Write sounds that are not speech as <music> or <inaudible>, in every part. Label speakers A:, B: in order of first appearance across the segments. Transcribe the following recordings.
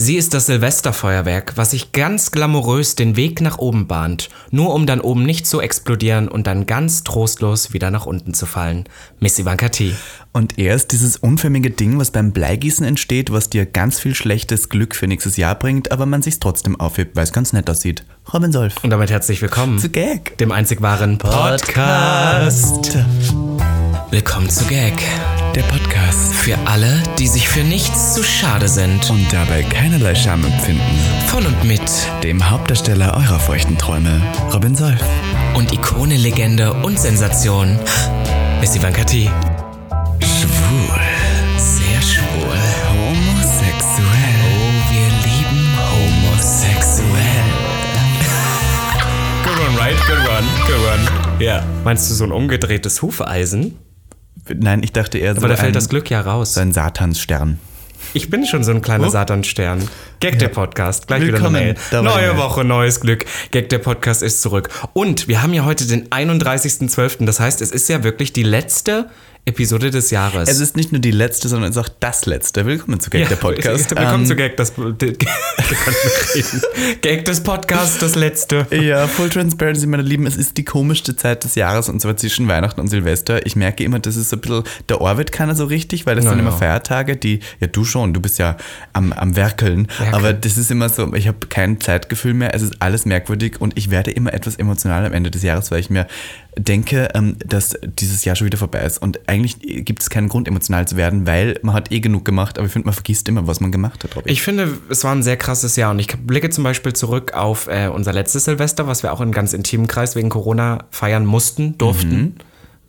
A: Sie ist das Silvesterfeuerwerk, was sich ganz glamourös den Weg nach oben bahnt, nur um dann oben nicht zu explodieren und dann ganz trostlos wieder nach unten zu fallen. Miss Ivanka T.
B: Und er ist dieses unförmige Ding, was beim Bleigießen entsteht, was dir ganz viel schlechtes Glück für nächstes Jahr bringt, aber man sich's trotzdem aufhebt, weil es ganz nett aussieht. Robin Solf.
A: Und damit herzlich willkommen
B: Zu Gag.
A: dem einzig wahren Podcast. Willkommen zu Gag.
B: Der Podcast.
A: Für alle, die sich für nichts zu schade sind.
B: Und dabei keinerlei Scham empfinden.
A: Von und mit
B: Dem Hauptdarsteller eurer feuchten Träume, Robin Solf.
A: und Ikone, Legende und Sensation. Miss Ivanka T.
B: Schwul.
A: Sehr schwul.
B: Homosexuell.
A: Oh, wir lieben homosexuell. good one, right? Good one, good one. Ja. Meinst du so ein umgedrehtes Hufeisen?
B: Nein, ich dachte eher so
A: Aber da
B: ein,
A: fällt das Glück ja raus.
B: so ein Satansstern.
A: Ich bin schon so ein kleiner Satanstern. Gag der Podcast. Gleich
B: Oh. Willkommen.
A: wieder eine Mail.
B: Da war die
A: Neue
B: Mail.
A: Woche, neues Glück. Gag der Podcast ist zurück. Und wir haben ja heute den 31.12. Das heißt, es ist ja wirklich die letzte Episode des Jahres.
B: Es ist nicht nur die letzte, sondern es ist auch das letzte. Willkommen zu
A: <laughs>
B: Gag, der Podcast.
A: Willkommen
B: Ähm,
A: zu Gag, das,
B: <laughs>
A: Gag des Podcasts, das letzte.
B: Ja, Full Transparency, meine Lieben, es ist die komischste Zeit des Jahres und zwar zwischen Weihnachten und Silvester. Ich merke immer, das ist so ein bisschen, der Orbit kann er so richtig, weil das sind immer
A: ja.
B: Feiertage, die, ja du schon, du bist ja am, am Werkeln,
A: Werkeln.
B: aber das ist immer so, ich habe kein Zeitgefühl mehr, es ist alles merkwürdig und ich werde immer etwas emotional am Ende des Jahres, weil ich mir denke, ähm, dass dieses Jahr schon wieder vorbei ist und eigentlich gibt es keinen Grund, emotional zu werden, weil man hat eh genug gemacht, aber ich finde, man vergisst immer, was man gemacht hat. Robby.
A: Ich finde, es war ein sehr krasses Jahr und ich blicke zum Beispiel zurück auf äh, unser letztes Silvester, was wir auch in ganz intimen Kreis wegen Corona feiern mussten, durften,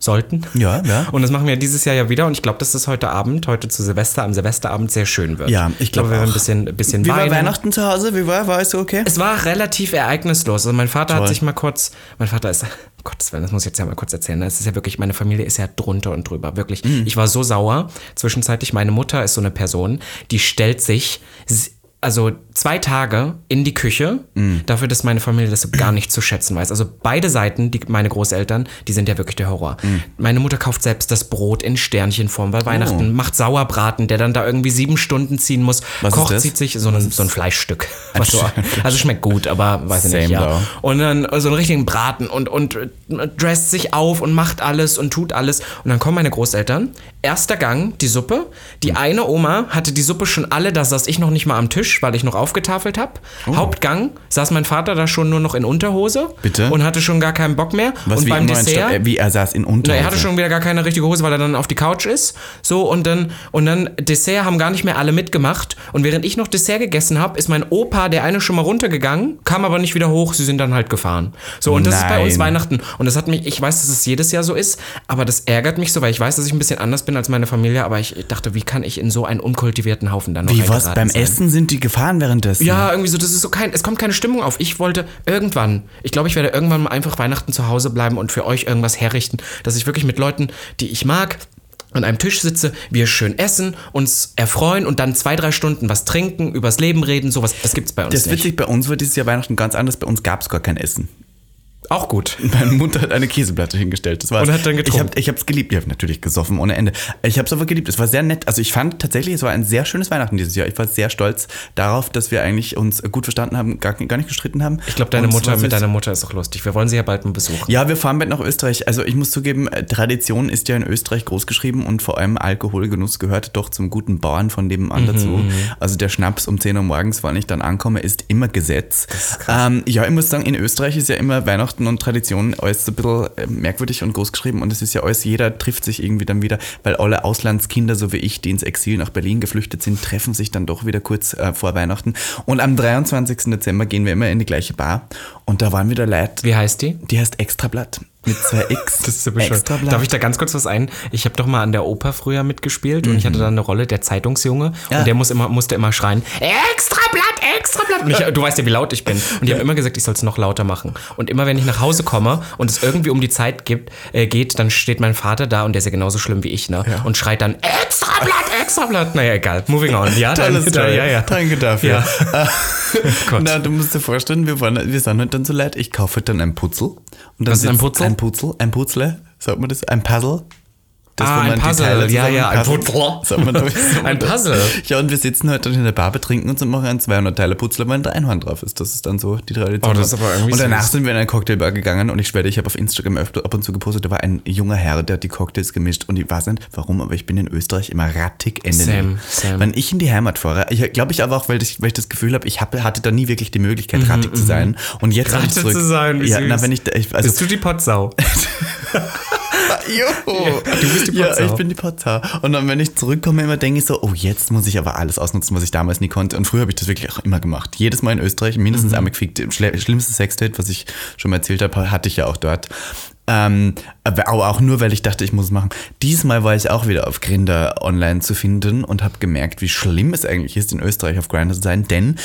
A: sollten.
B: Mhm. Ja, ja.
A: Und das machen wir dieses Jahr ja wieder und ich glaube, dass das heute Abend, heute zu Silvester, am Silvesterabend sehr schön wird.
B: Ja, ich glaub
A: wir werden
B: auch.
A: ein bisschen, ein bisschen
B: Wie war
A: weinen.
B: Weihnachten zu Hause? Wie war? War es so okay?
A: Es war relativ ereignislos. Also mein Vater
B: Toll.
A: hat sich mal kurz, mein Vater ist, um Gottes Willen, das muss ich jetzt ja mal kurz erzählen. Das ist ja wirklich, meine Familie ist ja drunter und drüber. Wirklich.
B: Mhm.
A: Ich war so sauer. Zwischenzeitlich, meine Mutter ist so eine Person, die stellt sich, s- also zwei Tage in die Küche,
B: Mhm.
A: dafür, dass meine Familie das so gar nicht zu schätzen weiß. Also beide Seiten, die, meine Großeltern, die sind ja wirklich der Horror.
B: Mhm.
A: Meine Mutter kauft selbst das Brot in Sternchenform,
B: Oh.
A: weil Weihnachten macht Sauerbraten, der dann da irgendwie sieben Stunden ziehen muss.
B: Was ist
A: kocht,
B: das?
A: zieht sich so ein, so ein Fleischstück. <laughs> Was so, also schmeckt gut, aber weiß ich
B: Same
A: nicht, ja.
B: though.
A: Und dann so einen richtigen Braten und, und äh, dresst sich auf und macht alles und tut alles. Und dann kommen meine Großeltern. Erster Gang, die Suppe. Die eine Oma hatte die Suppe schon alle, da saß ich noch nicht mal am Tisch, weil ich noch aufgetafelt habe. Hauptgang saß mein Vater da schon nur noch in Unterhose.
B: Bitte?
A: Und hatte schon gar keinen Bock mehr.
B: Was
A: und
B: wie
A: beim
B: immer ein Sta-
A: Dessert.
B: äh, wie er saß in
A: Na,
B: Unterhose.
A: er hatte schon wieder gar keine richtige Hose, weil er dann auf die Couch ist. So, und dann, und dann Dessert haben gar nicht mehr alle mitgemacht. Und während ich noch Dessert gegessen habe, ist mein Opa, der eine schon mal runtergegangen, kam aber nicht wieder hoch, sie sind dann halt gefahren. So, und das ist bei uns
B: Nein.
A: Weihnachten. Und das hat mich, ich weiß, dass es jedes Jahr so ist, aber das ärgert mich so, weil ich weiß, dass ich ein bisschen anders bin als meine Familie, aber ich dachte, wie kann ich in so einen unkultivierten Haufen dann noch
B: Wie was?
A: reingeraten
B: Beim
A: sein?
B: Essen sind die gefahren währenddessen.
A: Ja, irgendwie so, das ist so kein, es kommt keine Stimmung auf. Ich wollte irgendwann, ich glaube, ich werde irgendwann mal einfach Weihnachten zu Hause bleiben und für euch irgendwas herrichten, dass ich wirklich mit Leuten, die ich mag, an einem Tisch sitze, wir schön essen, uns erfreuen und dann zwei, drei Stunden was trinken, übers Leben reden, sowas. Das gibt's bei uns
B: Das ist
A: nicht.
B: witzig, bei uns war dieses Jahr Weihnachten ganz anders. Bei uns gab es gar kein Essen. <laughs>
A: Auch gut.
B: Meine Mutter hat eine Käseplatte hingestellt. Das war's.
A: Und hat dann getrunken.
B: Ich habe es geliebt. Ich habe natürlich gesoffen ohne Ende. Ich habe es aber geliebt. Es war sehr nett. Also ich fand tatsächlich, es war ein sehr schönes Weihnachten dieses Jahr. Ich war sehr stolz darauf, dass wir eigentlich uns gut verstanden haben, gar, gar nicht gestritten haben.
A: Ich glaube, deine
B: Und es
A: Mutter
B: war
A: mit
B: süß.
A: deiner Mutter ist auch lustig. Wir wollen sie ja bald mal besuchen.
B: Ja, wir fahren bald nach Österreich. Also ich muss zugeben, äh, Tradition ist ja in Österreich großgeschrieben und vor allem Alkoholgenuss gehört doch zum guten Bauern von nebenan dazu. Also der Schnaps um 10 Uhr morgens, wann ich dann ankomme, ist immer Gesetz. ähm, ja, ich muss sagen, in Österreich ist ja immer Weihnachten und Tradition alles so ein bisschen äh, merkwürdig und großgeschrieben und es ist ja alles, jeder trifft sich irgendwie dann wieder, weil alle Auslandskinder, so wie ich, die ins Exil nach Berlin geflüchtet sind, treffen sich dann doch wieder kurz äh, vor Weihnachten. Und am 23. Dezember gehen wir immer in die gleiche Bar und da waren wieder Leute,
A: Wie heißt die?
B: die heißt Extrablatt. Mit zwei
A: <laughs>
B: X.
A: Das ist so bescheuert.
B: Extrablatt.
A: Darf ich da ganz kurz was ein? Ich habe doch mal an der Oper früher mitgespielt und ich hatte da eine Rolle der Zeitungsjunge
B: Mhm. Ja.
A: und der muss immer, musste immer schreien, Extrablatt, Extrablatt. Und ich, du weißt ja, wie laut ich bin. Und die haben immer gesagt, ich soll es noch lauter machen. Und immer wenn ich nach Hause komme und es irgendwie um die Zeit gibt, äh, geht, dann steht mein Vater da und der ist ja genauso schlimm wie ich, ne? Und schreit dann, Extrablatt, Extrablatt. Naja, egal. Moving on. Ja,
B: Tolle
A: dann-
B: Story.
A: Ja, ja. <laughs>
B: Danke dafür. Äh,
A: Oh Gott.
B: Na, du musst dir vorstellen, wir, waren, wir sind halt dann so leid. Ich kaufe halt dann ein Putzel. Und dann
A: Was ist ein
B: sitzt-
A: Putzel?
B: Ein Putzel, ein Putzle. Sagt man das? Ein Puzzle. das,
A: Ah,
B: wo
A: ein
B: man
A: Puzzle.
B: die Teile
A: Ja, ja, ein
B: zusammenpasst. <laughs> Sagt man da-
A: Ein Puzzle.
B: Ja, und wir sitzen heute dann in der Bar, betrinken uns und machen einen 200 Teile Putzler, weil da ein Horn drauf ist. Das ist dann so die Tradition.
A: Oh, das ist aber irgendwie
B: und danach
A: süß.
B: sind wir in eine Cocktailbar gegangen und ich schwöre, ich habe auf Instagram öfter ab und zu gepostet, da war ein junger Herr, der hat die Cocktails gemischt und ich weiß nicht, warum, aber ich bin in Österreich immer rattig Ende.
A: Same,
B: nehmen.
A: same.
B: Wenn ich in die Heimat fahre, ich glaube ich aber auch, weil ich, weil ich das Gefühl habe, ich hab, hatte da nie wirklich die Möglichkeit, rattig zu sein. Und jetzt
A: Mhm, Rattig
B: zurück-
A: zu sein, wie
B: ja,
A: süß.
B: na, wenn ich, da- ich also <laughs>
A: Bist du die Potsau? <laughs>
B: Jo.
A: Du bist die
B: Ja,
A: Potsau.
B: ich bin die Potsau. Und dann, wenn ich zurückkomme, immer denke ich so, oh, jetzt muss ich aber alles ausnutzen, was ich damals nie konnte. Und früher habe ich das wirklich auch immer gemacht. Jedes Mal in Österreich,
A: Mhm.
B: mindestens einmal gefickt. Im schle- schlimmsten Sexdate, was ich schon mal erzählt habe, hatte ich ja auch dort. Ähm, aber aber auch nur, weil ich dachte, ich muss es machen. Diesmal war ich auch wieder auf Grinder online zu finden und habe gemerkt, wie schlimm es eigentlich ist, in Österreich auf Grinder zu sein, denn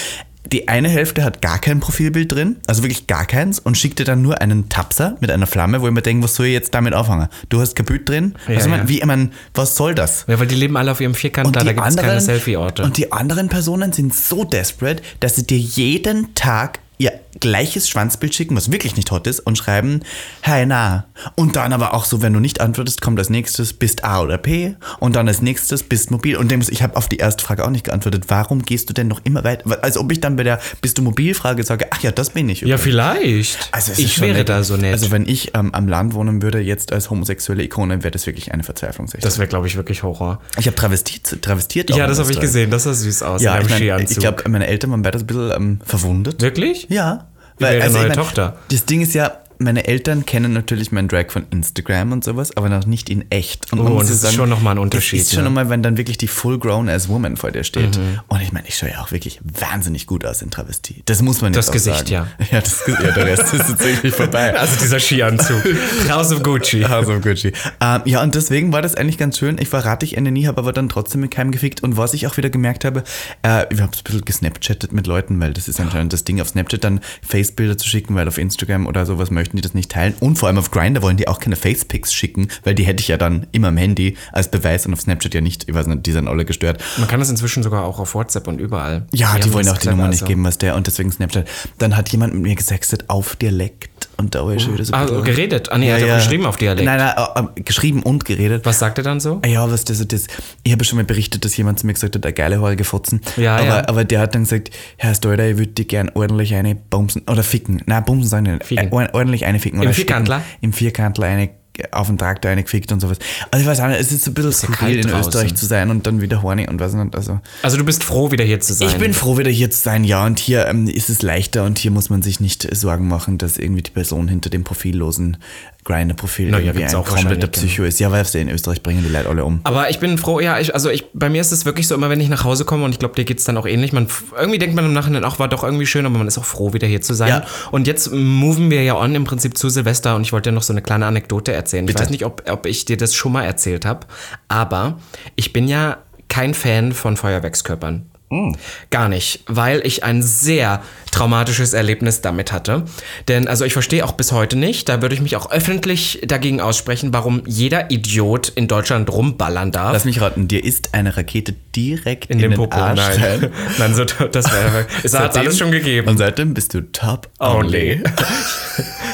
B: die eine Hälfte hat gar kein Profilbild drin, also wirklich gar keins, und schickt dir dann nur einen Tapser mit einer Flamme, wo ich mir denke, was soll ich jetzt damit anfangen? Du hast kein Bild drin?
A: Ja,
B: also, ich
A: ja.
B: meine, wie, ich meine, was soll das?
A: Ja, weil die leben alle auf ihrem Vierkant da, da gibt es keine Selfie-Orte.
B: Und die anderen Personen sind so desperate, dass sie dir jeden Tag ihr gleiches Schwanzbild schicken, was wirklich nicht hot ist, und schreiben, hey na. Und dann aber auch so, wenn du nicht antwortest, kommt als nächstes, bist A oder P. Und dann als nächstes, bist mobil. Und dem- ich habe auf die erste Frage auch nicht geantwortet. Warum gehst du denn noch immer weiter? Als ob ich dann bei der Bist du mobil Frage sage, ach ja, das bin ich.
A: Ja, vielleicht.
B: Also es ist
A: ich
B: schon
A: wäre
B: nett.
A: da so nett.
B: Also wenn ich ähm, am Land wohnen würde, jetzt als homosexuelle Ikone, wäre das wirklich eine Verzweiflung. sag ich
A: das
B: dir.
A: wäre, glaube ich, wirklich Horror.
B: ich habe travestiert, travestiert. auch
A: Ja,
B: in
A: das habe ich
B: Australien.
A: gesehen. Das sah süß aus.
B: Ja,
A: in
B: ich,
A: einem
B: mein,
A: Skianzug.
B: ich glaube, meine Eltern waren beide so ein bisschen ähm, verwundet.
A: Wirklich?
B: Ja. also
A: wäre
B: ich
A: neue Tochter?
B: Das Ding ist ja, meine Eltern kennen natürlich meinen Drag von Instagram und sowas, aber noch nicht in echt.
A: Oh,
B: muss
A: und
B: ich
A: das ist schon noch mal ein Unterschied, Mhm.
B: Das ist schon
A: ne?
B: nochmal, wenn dann wirklich die Full-Grown-As-Woman vor dir steht. Und ich meine, ich schaue ja auch wirklich wahnsinnig gut aus in Travestie. Das muss man
A: Das
B: jetzt auch
A: Gesicht,
B: sagen.
A: ja.
B: <laughs> Ja, das Gesicht, ja. Der Rest ist tatsächlich vorbei.
A: <laughs> Also dieser Skianzug.
B: <laughs>
A: Raus im Gucci.
B: House of Gucci. Ähm, ja, und deswegen war das eigentlich ganz schön. Ich war ratig Ende nie, habe aber dann trotzdem mit keinem gefickt. Und was ich auch wieder gemerkt habe, äh, ich habe es ein bisschen gesnapchattet mit Leuten, weil das ist anscheinend das Ding auf Snapchat, dann Facebilder zu schicken, weil auf Instagram oder sowas möchten die das nicht teilen. Und vor allem auf Grindr wollen die auch keine Facepics schicken, weil die hätte ich ja dann immer am Handy als Beweis und auf Snapchat ja nicht. Ich weiß nicht, die sind alle gestört.
A: Man kann das inzwischen sogar auch auf WhatsApp und überall.
B: Ja, die
A: haben
B: wollen
A: das
B: auch die
A: clever,
B: Nummer nicht
A: also.
B: geben, was der und deswegen Snapchat. Dann hat jemand mit mir gesextet auf Dialekt und da war ich schon wieder so.
A: Ah,
B: betroffen.
A: geredet. Ah, nee, er hat auch geschrieben auf Dialekt.
B: Nein, nein, äh, äh, geschrieben und geredet. Ah,
A: Was sagt er dann so?
B: Ja, was das, das. Ich habe schon mal berichtet, dass jemand zu mir gesagt hat, der geile Haare gefotzen.
A: Ja,
B: aber,
A: ja.
B: aber der hat dann gesagt, Herr Stolder, ich würde die gern ordentlich eine bumsen. Oder ficken. Nein, bumsen sagen die nicht.
A: Ficken.
B: Äh, or- ordentlich eine ficken. Oder stecken.
A: Vierkantler?
B: Im Vierkantler eine auf den Traktor eine gefickt und sowas. Also ich weiß auch nicht, es ist so ein bisschen
A: ja
B: skurril
A: kalt
B: in
A: halt draußen.
B: Österreich zu sein und dann wieder horny und was nicht. Also
A: Also du bist froh, wieder hier zu sein.
B: ich bin froh, wieder hier zu sein, ja. Und hier ähm, ist es leichter und hier muss man sich nicht Sorgen machen, dass irgendwie die Person hinter dem profillosen Grinder-Profil
A: Na ja,
B: irgendwie
A: gibt's
B: ein
A: auch wahrscheinlich, genau.
B: kompletter Psycho ist. Ja, weil es in Österreich bringen die Leute alle um.
A: Aber ich bin froh, ja, ich, also ich, bei mir ist es wirklich so, immer wenn ich nach Hause komme und ich glaube, dir geht es dann auch ähnlich. Man, f- irgendwie denkt man im Nachhinein, auch war doch irgendwie schön, aber man ist auch froh, wieder hier zu sein.
B: Ja.
A: Und jetzt moven wir ja on im Prinzip zu Silvester und ich wollte dir noch so eine kleine Anekdote erzählen. Ich weiß nicht, ob, ob ich dir das schon mal erzählt habe, aber ich bin ja kein Fan von Feuerwerkskörpern.
B: Hm.
A: Gar nicht, weil ich ein sehr traumatisches Erlebnis damit hatte. Denn also ich verstehe auch bis heute nicht, da würde ich mich auch öffentlich dagegen aussprechen, warum jeder Idiot in Deutschland rumballern darf.
B: Lass mich raten, dir ist eine Rakete direkt in,
A: In,
B: den
A: dem Popo,
B: Arsch rein.
A: nein. nein, so, <laughs> das
B: <laughs>
A: wäre. Es hat alles schon gegeben. Oh,
B: Und seitdem bist du top only.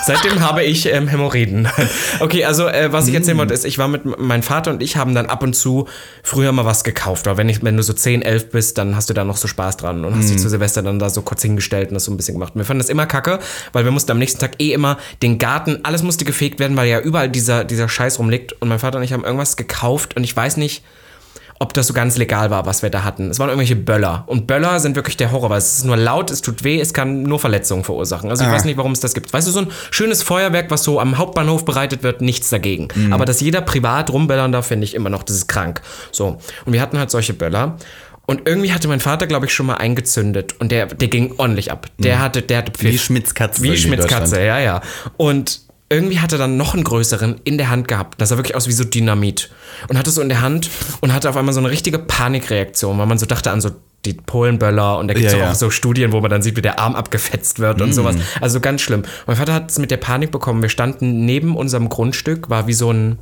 A: Seitdem habe ich ähm, Hämorrhoiden. <laughs> Okay, also äh, was ich erzählen wollte ist, ich war mit meinem Vater und ich haben dann ab und zu früher mal was gekauft. Aber wenn, ich, wenn du so 10, 11 bist, dann hast du da noch so Spaß dran und hast dich zu Silvester dann da so kurz hingestellt und das so ein bisschen gemacht. Und wir fanden das immer kacke, weil wir mussten am nächsten Tag eh immer den Garten, alles musste gefegt werden, weil ja überall dieser, dieser Scheiß rumliegt. Und mein Vater und ich haben irgendwas gekauft und ich weiß nicht, ob das so ganz legal war, was wir da hatten. Es waren irgendwelche Böller. Und Böller sind wirklich der Horror, weil es ist nur laut, es tut weh, es kann nur Verletzungen verursachen. Also ich weiß nicht, warum es das gibt. Weißt du, so ein schönes Feuerwerk, was so am Hauptbahnhof bereitet wird, nichts dagegen. Aber dass jeder privat rumböllern darf, finde ich immer noch, das ist krank. So. Und wir hatten halt solche Böller. Und irgendwie hatte mein Vater, glaube ich, schon mal eingezündet. Und der, der ging ordentlich ab. Der hatte, der hatte Pfiff.
B: Wie Schmitzkatze.
A: Wie
B: in
A: Schmitzkatze,
B: Deutschland.
A: ja, ja. Und irgendwie hat er dann noch einen größeren in der Hand gehabt. Das sah wirklich aus wie so Dynamit. Und hatte so in der Hand und hatte auf einmal so eine richtige Panikreaktion, weil man so dachte an so die Polenböller und da gibt es
B: Ja,
A: auch
B: ja. Mm.
A: so Studien, wo man dann sieht, wie der Arm abgefetzt wird und sowas. Also ganz schlimm. Mein Vater hat es mit der Panik bekommen. Wir standen neben unserem Grundstück, war wie so ein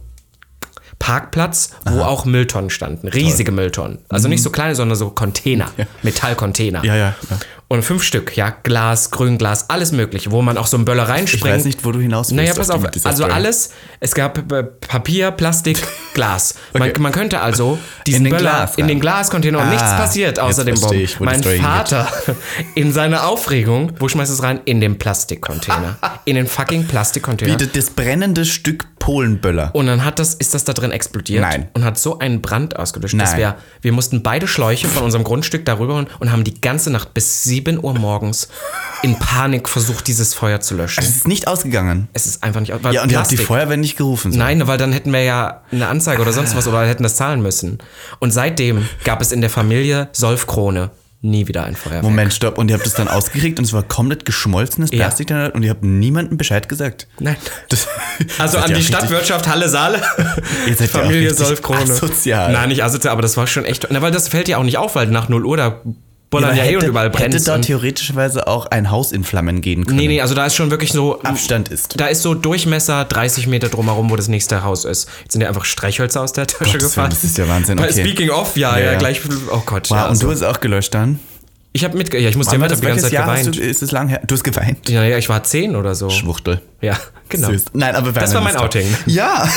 A: Parkplatz, wo auch Mülltonnen standen. Riesige Mülltonnen. Also nicht so kleine, sondern so Container. Metallcontainer.
B: Mhm. Ja, ja, ja.
A: Und fünf Stück, ja, Glas, Grünglas, alles mögliche, wo man auch so einen Böller
B: Ich
A: reinspringt.
B: weiß nicht, wo du hinaus willst.
A: Naja, pass
B: die-
A: auf,
B: mit dieser
A: also
B: Story.
A: alles, es gab äh, Papier,
B: <laughs>
A: Plastik, Glas. man,
B: Okay.
A: man könnte also diesen
B: den
A: Böller
B: Glas
A: in
B: rein.
A: den Glascontainer und
B: Ah,
A: nichts passiert
B: jetzt
A: außer dem Bomben.
B: verstehe ich, wo die
A: mein
B: Story hingeht.
A: Vater <laughs> in seiner Aufregung, wo schmeißt du es rein? In den Plastikcontainer. in den fucking Plastikcontainer.
B: Wie das brennende Stück Polenböller.
A: Und dann hat das, ist das da drin explodiert
B: Nein.
A: und hat so einen Brand ausgelöscht, dass
B: Nein.
A: wir, wir mussten beide Schläuche von unserem Grundstück darüber holen und haben die ganze Nacht bis 7 Uhr morgens in Panik versucht, dieses Feuer zu löschen.
B: Es ist nicht ausgegangen.
A: es ist einfach nicht, weil
B: Also Ja, und ihr habt die
A: Plastik-
B: Feuerwehr nicht gerufen. so.
A: Nein, weil dann hätten wir ja eine Anzeige oder sonst was oder hätten das zahlen müssen. Und seitdem gab es in der Familie Solfkrone nie wieder ein Feuerwerk.
B: Moment, stopp. Und ihr habt das dann ausgekriegt und es war komplett geschmolzenes Plastik dann und ihr habt niemandem Bescheid gesagt.
A: Nein.
B: Das,
A: Also an
B: das hat ja
A: die
B: richtig-
A: Stadtwirtschaft Halle Saale.
B: Ihr seid ja auch
A: Familie
B: richtig
A: Solfkrone.
B: asozial.
A: Nein, nicht asozial, aber das war schon echt. Na, weil das fällt ja auch nicht auf, weil nach 0 Uhr da bollern
B: Aber
A: ja eh und
B: hätte-
A: überall brennt.
B: Hätte da theoretischerweise auch ein Haus in Flammen gehen können.
A: Nee, nee, also da ist schon wirklich so.
B: Abstand ist.
A: Da ist so Durchmesser 30 Meter drumherum, wo das nächste Haus ist. Jetzt sind ja einfach Streichhölzer aus der Tasche
B: Gottes
A: gefallen.
B: Willen, das ist ja Wahnsinn,
A: Weil
B: okay.
A: Speaking of, ja,
B: Ja,
A: ja,
B: ja.
A: gleich. Oh Gott.
B: Wow,
A: ja, also,
B: und du hast auch gelöscht dann?
A: ich habe mitge. Ja, ich musste ja
B: Wann war
A: mit, hab die
B: Welches
A: ganze Zeit
B: Jahr hast
A: geweint.
B: Du, ist es lang her? Du hast geweint?
A: Ja, ja, ich war 10 oder so.
B: Schwuchtel.
A: Ja, genau.
B: Süß. Nein, aber
A: Das war mein
B: Weihnachten- <laughs>
A: Outing.
B: Ja.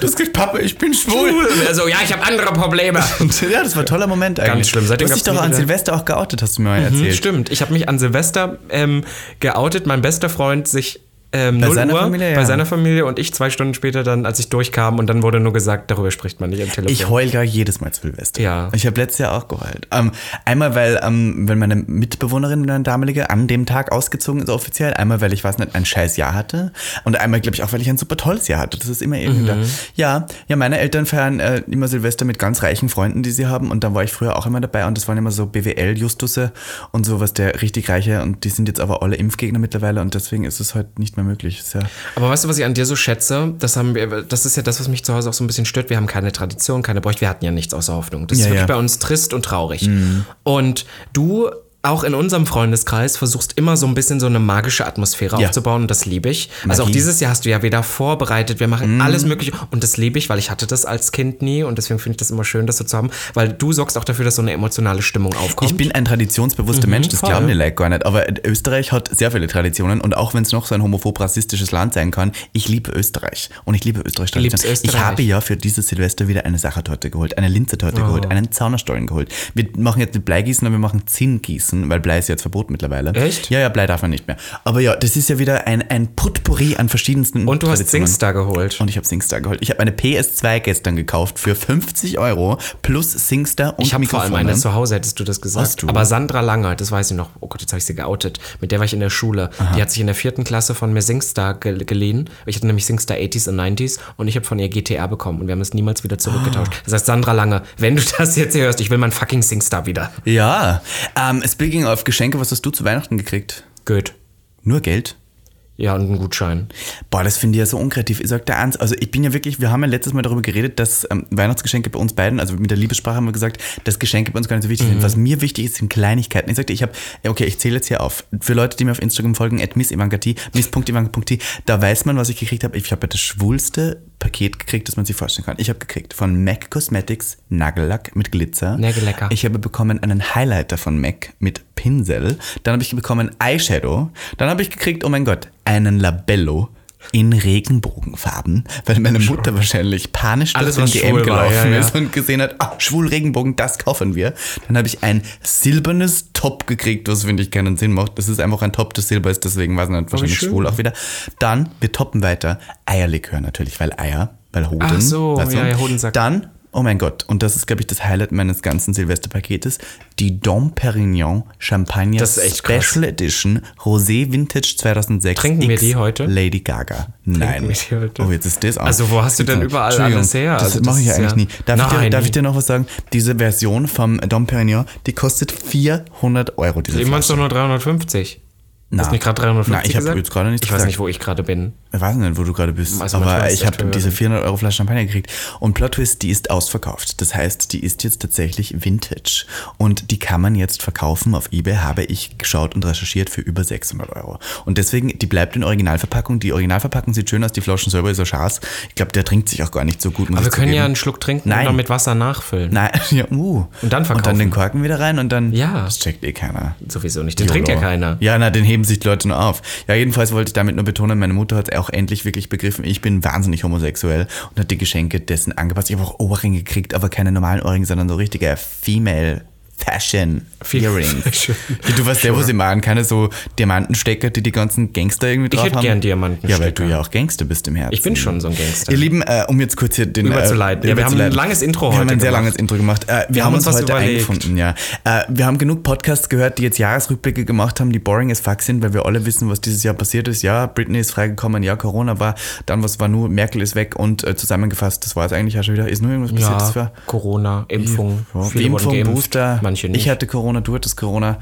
B: du hast gesagt, Papa, ich bin schwul.
A: Also, ja, ich habe andere Probleme.
B: Und ja, das war ein toller Moment eigentlich.
A: schlimm. Seitdem
B: du hast dich
A: gab's
B: doch
A: nie
B: an
A: wieder- Mhm.
B: Silvester auch geoutet, hast du mir mal erzählt.
A: Stimmt, ich habe mich an Silvester ähm, geoutet, mein bester Freund sich ähm, 0
B: seiner
A: Uhr
B: Familie, ja.
A: bei seiner Familie und ich zwei Stunden später dann, als ich durchkam und dann wurde nur gesagt, darüber spricht man nicht am Telefon.
B: Ich heul gar jedes Mal zu Silvester.
A: Ja.
B: Ich habe letztes Jahr auch geheult. Ähm, einmal, weil, ähm, wenn meine Mitbewohnerin, meine damalige, an dem Tag ausgezogen ist offiziell. Einmal, weil ich, weiß nicht, ein scheiß Jahr hatte. Und einmal, glaube ich, auch, weil ich ein super tolles Jahr hatte. Das ist immer irgendwie da. Ja, ja, meine Eltern feiern äh, immer Silvester mit ganz reichen Freunden, die sie haben. Und da war ich früher auch immer dabei. Und das waren immer so BWL-Justusse und sowas, der richtig reiche. Und die sind jetzt aber alle Impfgegner mittlerweile. Und deswegen ist es heute nicht mehr möglich. Ist ja
A: Aber weißt du, was ich an dir so schätze? Das, haben wir, das ist ja das, was mich zu Hause auch so ein bisschen stört. Wir haben keine Tradition, keine Bräuche. Wir hatten ja nichts außer Hoffnung. Das
B: Ja,
A: ist wirklich
B: ja.
A: bei
B: Mhm.
A: uns trist und traurig. Und du auch in unserem Freundeskreis versuchst immer so ein bisschen so eine magische Atmosphäre
B: Ja.
A: aufzubauen und das liebe ich. Also auch
B: Magie.
A: dieses Jahr hast du ja wieder vorbereitet, wir machen
B: Mhm.
A: alles mögliche und das liebe ich, weil ich hatte das als Kind nie und deswegen finde ich das immer schön, das so zu haben, weil du sorgst auch dafür, dass so eine emotionale Stimmung aufkommt.
B: Ich bin ein traditionsbewusster Mensch, das
A: Mhm, voll.
B: glauben die Leute gar nicht. Aber Österreich hat sehr viele Traditionen und auch wenn es noch so ein homophob-rassistisches Land sein kann, ich liebe Österreich und ich liebe Österreich.
A: liebst
B: Ich
A: Österreich.
B: habe ja für dieses Silvester wieder eine Sachertorte geholt, eine Linzertorte
A: Oh.
B: geholt, einen Zaunerstollen geholt. Wir machen jetzt nicht Bleigießen, aber wir machen Zinngießen, weil Blei ist jetzt verboten mittlerweile.
A: Echt?
B: Ja, ja, Blei darf man nicht mehr. Aber ja, das ist ja wieder ein, ein Potpourri an verschiedensten
A: und du hast
B: Traditionen.
A: Singstar geholt.
B: Und ich habe Singstar geholt. Ich habe eine PS2 gestern gekauft für 50 Euro plus Singstar und
A: Ich habe vor allem
B: Mikrofone.
A: eine zu Hause, hättest du das gesagt.
B: Hast ne? du?
A: Aber Sandra Langer, das weiß ich noch. Oh Gott, jetzt habe ich sie geoutet. Mit der war ich in der Schule. Die hat sich in der vierten Klasse von mir Singstar gel geliehen. Ich hatte nämlich Singstar 80s und 90s und ich habe von ihr GTA bekommen und wir haben es niemals wieder zurückgetauscht.
B: Ah.
A: Das heißt, Sandra Lange, wenn du das jetzt hier hörst, ich will mein fucking Singstar wieder.
B: Ja. Ähm, speaking of Geschenke, was hast du zu Weihnachten gekriegt?
A: Gut.
B: Nur Geld?
A: Ja, und einen Gutschein.
B: Boah, das finde ich ja so unkreativ. Ich sag dir eins, also ich bin ja wirklich, wir haben ja letztes Mal darüber geredet, dass ähm, Weihnachtsgeschenke bei uns beiden, also mit der Liebessprache haben wir gesagt, dass Geschenke bei uns gar nicht so wichtig sind. Was mir wichtig ist, sind Kleinigkeiten. Ich sagte, ich habe, okay, ich zähle jetzt hier auf. Für Leute, die mir auf Instagram folgen, at missevangatie, miss.ivanka.t, da weiß man, was ich gekriegt habe. Ich habe ja das schwulste Paket gekriegt, das man sich vorstellen kann. Ich habe gekriegt von MAC Cosmetics Nagellack mit Glitzer.
A: Nagellacker.
B: Ich habe bekommen einen Highlighter von MAC mit Pinsel. Dann habe ich bekommen Eyeshadow. Dann habe ich gekriegt, oh mein Gott, einen Labello in Regenbogenfarben, weil meine Mutter wahrscheinlich panisch
A: Alles,
B: durch
A: was
B: den
A: schwul
B: DM
A: war,
B: gelaufen
A: ja, ja.
B: ist und gesehen hat, ah, schwul Regenbogen, das kaufen wir. Dann habe ich ein silbernes Top gekriegt, was finde ich keinen Sinn macht. Das ist einfach ein Top, das Silber ist, deswegen war es nicht wahrscheinlich
A: schön.
B: schwul auch wieder. Dann, wir toppen weiter, Eierlikör natürlich, weil Eier, weil Hoden.
A: Ach so, ja, ja, Hodensack.
B: Dann, oh mein Gott, und das ist, glaube ich, das Highlight meines ganzen Silvesterpaketes, die Dom Perignon Champagner
A: Das ist echt
B: Special
A: krass.
B: Edition Rosé Vintage 2006.
A: Trinken wir
B: X
A: die heute?
B: Lady Gaga. Nein.
A: wir die heute?
B: Oh, jetzt ist das auch.
A: Also wo hast du denn überall
B: Entschuldigung,
A: alles her?
B: Das
A: Also
B: mache
A: das
B: ich ja
A: ist
B: eigentlich
A: ja-
B: nie. Darf ich, dir,
A: Nein.
B: darf ich dir noch was sagen? Diese Version vom Dom Perignon, die kostet 400 Euro. Diese
A: Eben waren es doch nur 350. Na, Hast du mir gerade 350
B: Na, ich hab
A: gesagt?
B: jetzt gerade nichts
A: Ich weiß
B: gesagt.
A: nicht, wo ich gerade bin.
B: Ich weiß nicht, wo du gerade bist,
A: Also manchmal
B: aber
A: ist
B: ich
A: der
B: habe
A: Tür-
B: diese 400 Euro Flasche Champagner gekriegt. Und Plot Twist, die ist ausverkauft. Das heißt, die ist jetzt tatsächlich Vintage. Und die kann man jetzt verkaufen. Auf Ebay habe ich geschaut und recherchiert für über 600 Euro. Und deswegen, die bleibt in Originalverpackung. Die Originalverpackung sieht schön aus, die Flaschen selber ist so scharf. Ich glaube, der trinkt sich auch gar nicht so gut.
A: Aber wir können ja einen Schluck trinken
B: Nein.
A: und dann mit Wasser nachfüllen.
B: Nein, <laughs> ja, uh.
A: Und dann
B: Und dann
A: verkaufen.
B: den Korken wieder rein und dann.
A: Ja.
B: Das checkt eh keiner.
A: Sowieso nicht. Den trinkt ja
B: YOLO.
A: keiner.
B: Ja, na, den heben sich die Leute nur auf. Ja, jedenfalls wollte ich damit nur betonen, meine Mutter hat auch endlich wirklich begriffen, ich bin wahnsinnig homosexuell und hat die Geschenke dessen angepasst. Ich habe auch Ohrringe gekriegt, aber keine normalen Ohrringe, sondern so richtige Female Fashion
A: Fe-
B: Earrings.
A: Fashion.
B: du weißt ja, wo sie machen, keine so Diamantenstecker, die die ganzen Gangster irgendwie drauf
A: hätte
B: haben.
A: gern Diamantenstecker.
B: Ja, weil du ja auch Gangster bist im Herzen.
A: Ich bin schon so ein Gangster.
B: Ihr Lieben, äh, um jetzt kurz hier den
A: Überzuleiten.
B: Äh,
A: Ja, wir haben ein
B: überzuleiten.
A: langes Intro
B: Wir haben
A: heute
B: ein sehr
A: gemacht.
B: langes Intro gemacht. Äh, wir, haben uns,
A: was
B: heute
A: überlegt.
B: eingefunden, ja. Äh, wir haben genug Podcasts gehört, die jetzt Jahresrückblicke gemacht haben, die boring as fuck sind, weil wir alle wissen, was dieses Jahr passiert ist. Ja, Britney ist freigekommen, ja, Corona war, dann was war nur, Merkel ist weg und äh, zusammengefasst, das war es eigentlich ja schon wieder. Ist nur irgendwas passiert, das war
A: Ja, Corona, Impfung,
B: die Impfung,
A: wurden geimpft,
B: Booster.
A: manche nicht.
B: Ich hatte Corona, du hattest Corona.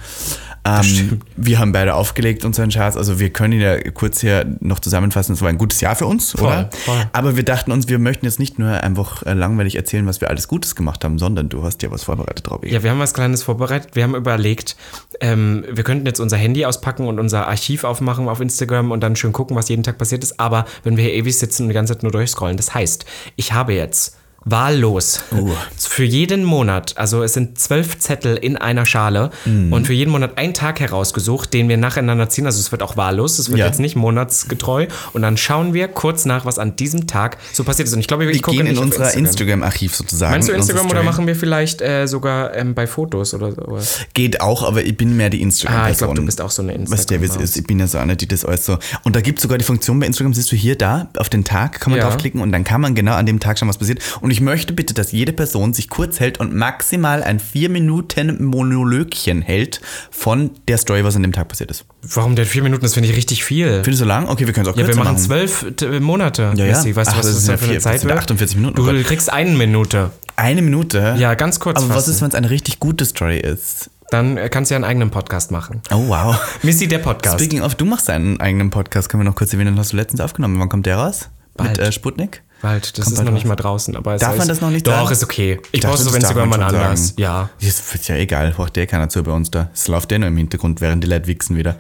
B: Ähm, wir haben beide aufgelegt und so einen Scherz. Also wir können ihn ja kurz hier noch zusammenfassen. Es war ein gutes Jahr für uns, oder?
A: voll.
B: Aber wir dachten uns, wir möchten jetzt nicht nur einfach äh, langweilig erzählen, was wir alles Gutes gemacht haben, sondern du hast ja was vorbereitet, Robby.
A: ja, wir haben was Kleines vorbereitet. Wir haben überlegt, ähm, wir könnten jetzt unser Handy auspacken und unser Archiv aufmachen auf Instagram und dann schön gucken, was jeden Tag passiert ist. Aber wenn wir hier ewig sitzen und die ganze Zeit nur durchscrollen, das heißt, ich habe jetzt wahllos
B: Uh.
A: für jeden Monat, also es sind zwölf Zettel in einer Schale
B: Mhm.
A: und für jeden Monat einen Tag herausgesucht, den wir nacheinander ziehen. Also es wird auch wahllos, es wird
B: Ja.
A: jetzt nicht monatsgetreu. Und dann schauen wir kurz nach, was an diesem Tag so passiert ist. Und ich glaube, ich
B: wir
A: gucke
B: gehen in
A: nicht auf
B: unser Instagram-Archiv sozusagen.
A: Meinst du
B: in unsere
A: Instagram oder
B: Story.
A: machen wir vielleicht äh, sogar ähm, bei Fotos oder sowas?
B: Geht auch, aber ich bin mehr die Instagram-Person.
A: Ah, ich glaube, du bist auch so eine Instagram.
B: Was der Witz ist, ich bin ja so einer, die das alles so. Und da gibt es sogar die Funktion bei Instagram, siehst du hier da, auf den Tag kann man
A: Ja.
B: draufklicken und dann kann man genau an dem Tag schauen, was passiert. Und ich möchte bitte, dass jede Person sich kurz hält und maximal ein 4-Minuten-Monologchen hält von der Story, was an dem Tag passiert ist.
A: Warum denn vier Minuten? Das finde ich richtig viel.
B: Findest du lang? Okay, wir können es auch
A: Ja, wir
B: kürzer
A: machen zwölf t- äh, Monate.
B: ja.
A: Missy. Weißt
B: Ach,
A: du, was
B: das
A: das,
B: sind ja
A: da für eine
B: vier- das
A: Zeit
B: sind
A: wird?
B: 48 Minuten, oh
A: Du
B: Gott.
A: kriegst eine Minute.
B: Eine Minute?
A: Ja, ganz kurz
B: Aber was
A: fassen.
B: ist, wenn es eine richtig gute Story ist?
A: Dann äh, kannst du ja einen eigenen Podcast machen.
B: Oh,
A: <laughs>
B: wow.
A: Missy, der Podcast.
B: Speaking of, du machst einen eigenen Podcast, können wir noch kurz erwähnen, hast du letztens aufgenommen. Wann kommt der raus? Mit
A: Bald.
B: äh, Sputnik?
A: Bald, Halt, das
B: Kommt
A: ist
B: bald
A: noch nicht
B: raus.
A: mal draußen. Aber es
B: Darf
A: soll-
B: man das noch nicht
A: Doch,
B: sagen?
A: ist okay. Ich
B: dachte,
A: brauche es,
B: das
A: wenn es
B: darf
A: sogar
B: man
A: mal
B: schon
A: anders.
B: sagen.
A: Ja.
B: Das wird ja egal, braucht eh keiner zu bei uns da. Es läuft eh nur im Hintergrund, während die Leute wichsen
A: <laughs>
B: wieder.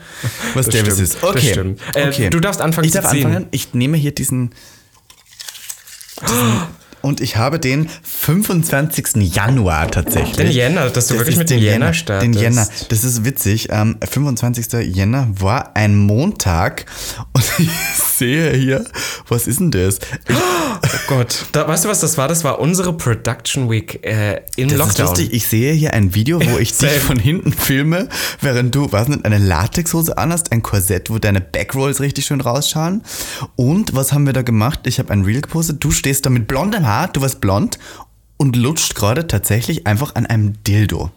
B: Was der Witz
A: stimmt,
B: ist.
A: das stimmt. Äh, du darfst anfangen
B: Ich
A: zu
B: darf
A: ziehen.
B: anfangen. Ich nehme hier diesen. diesen
A: <gasps>
B: und ich habe den 25. Januar tatsächlich.
A: Den Jänner, dass du wirklich
B: ist
A: mit dem
B: den
A: Jänner
B: Den
A: startest.
B: Jänner. Das ist witzig. Ähm, 25. Jänner war ein Montag und <laughs> ich sehe hier, was ist denn das?
A: Oh Gott. Da, weißt du, was das war? Das war unsere Production Week äh, im
B: Das ist
A: Lockdown.
B: lustig. Ich sehe hier ein Video, wo ich dich
A: Same.
B: von hinten filme, während du, was nicht, eine Latexhose anhast, ein Korsett, wo deine Backrolls richtig schön rausschauen. Und was haben wir da gemacht? Ich habe ein Reel gepostet. Du stehst da mit blondem Haar, du warst blond und lutscht gerade tatsächlich einfach an einem Dildo.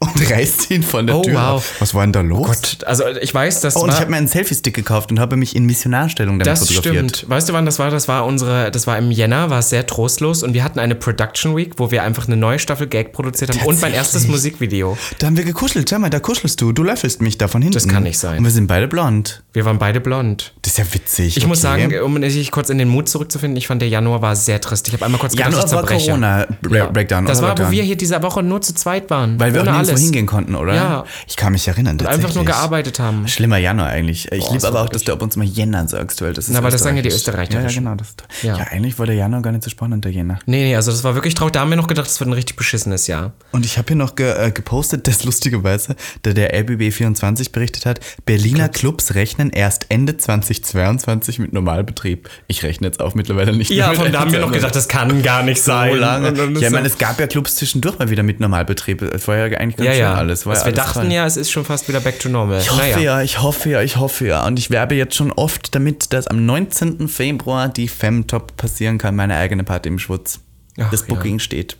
A: <laughs>
B: Und reißt ihn von der
A: Oh,
B: Tür.
A: wow.
B: ab. Was war denn da los?
A: Gott, also ich weiß, dass
B: Oh, und ich habe mir einen Selfie-Stick gekauft und habe mich in Missionarstellung damit
A: Das
B: fotografiert.
A: stimmt. Weißt du, wann das war? Das war unsere, das war im Jänner, war es sehr trostlos und wir hatten eine Production Week, wo wir einfach eine neue Staffel Gag produziert haben und mein
B: Tatsächlich?
A: erstes Musikvideo.
B: Da haben wir gekuschelt. Schau mal, da kuschelst du. Du löffelst mich da von hinten. Das
A: kann nicht sein.
B: Und wir sind beide blond.
A: Wir waren beide blond.
B: Das ist ja witzig.
A: Ich muss sagen, um sich kurz in den Mut zurückzufinden, ich fand der Januar war sehr trist. Ich habe einmal kurz
B: Januar
A: gedacht, ich
B: war
A: zerbreche.
B: Corona Bre
A: Ja.
B: Breakdown.
A: Das
B: oder
A: war, wo
B: Lockdown?
A: wir hier diese Woche nur zu zweit waren.
B: weil wir auch
A: ohne
B: nirgendwo
A: alles.
B: hingehen konnten, oder?
A: Ja.
B: Ich kann mich erinnern.
A: Einfach nur
B: tatsächlich.
A: gearbeitet haben.
B: Schlimmer Januar eigentlich. Ich liebe
A: so
B: aber auch, dass du ab und zu mal Jänner sagst, weil das ist.
A: Na, aber das sagen ja die
B: österreichisch. Ja, ja,
A: Österreicherischen.
B: genau. Das ist, ja.
A: Ja.
B: eigentlich war der Januar gar nicht so spannend, der Jänner.
A: Nee, nee, also das war wirklich traurig. Da haben wir noch gedacht, das wird ein richtig beschissenes Jahr.
B: Und ich habe hier noch ge äh, gepostet, dass lustigerweise, da der RBB24 berichtet hat, Berliner Clubs rechnen erst Ende 2022 mit Normalbetrieb. Ich rechne jetzt auch mittlerweile nicht
A: Ja,
B: mit
A: von da haben
B: <laughs>
A: wir noch
B: 21.
A: gedacht, das kann gar nicht sein.
B: So lange.
A: Und dann ist
B: Ja, ich
A: so-
B: meine, es gab ja Clubs zwischendurch mal wieder mit Normalbetrieb. Es war ja eigentlich ganz
A: ja,
B: schön
A: ja.
B: alles. War
A: Also
B: ja
A: wir
B: alles
A: dachten
B: voll.
A: ja, es ist schon fast wieder back to normal.
B: Ich hoffe ja, ich hoffe ja, ich hoffe ja. Und ich werbe jetzt schon oft damit, dass am 19. Februar die Femtop passieren kann, meine eigene Party im Schwutz.
A: Ach,
B: das
A: ja.
B: Booking steht.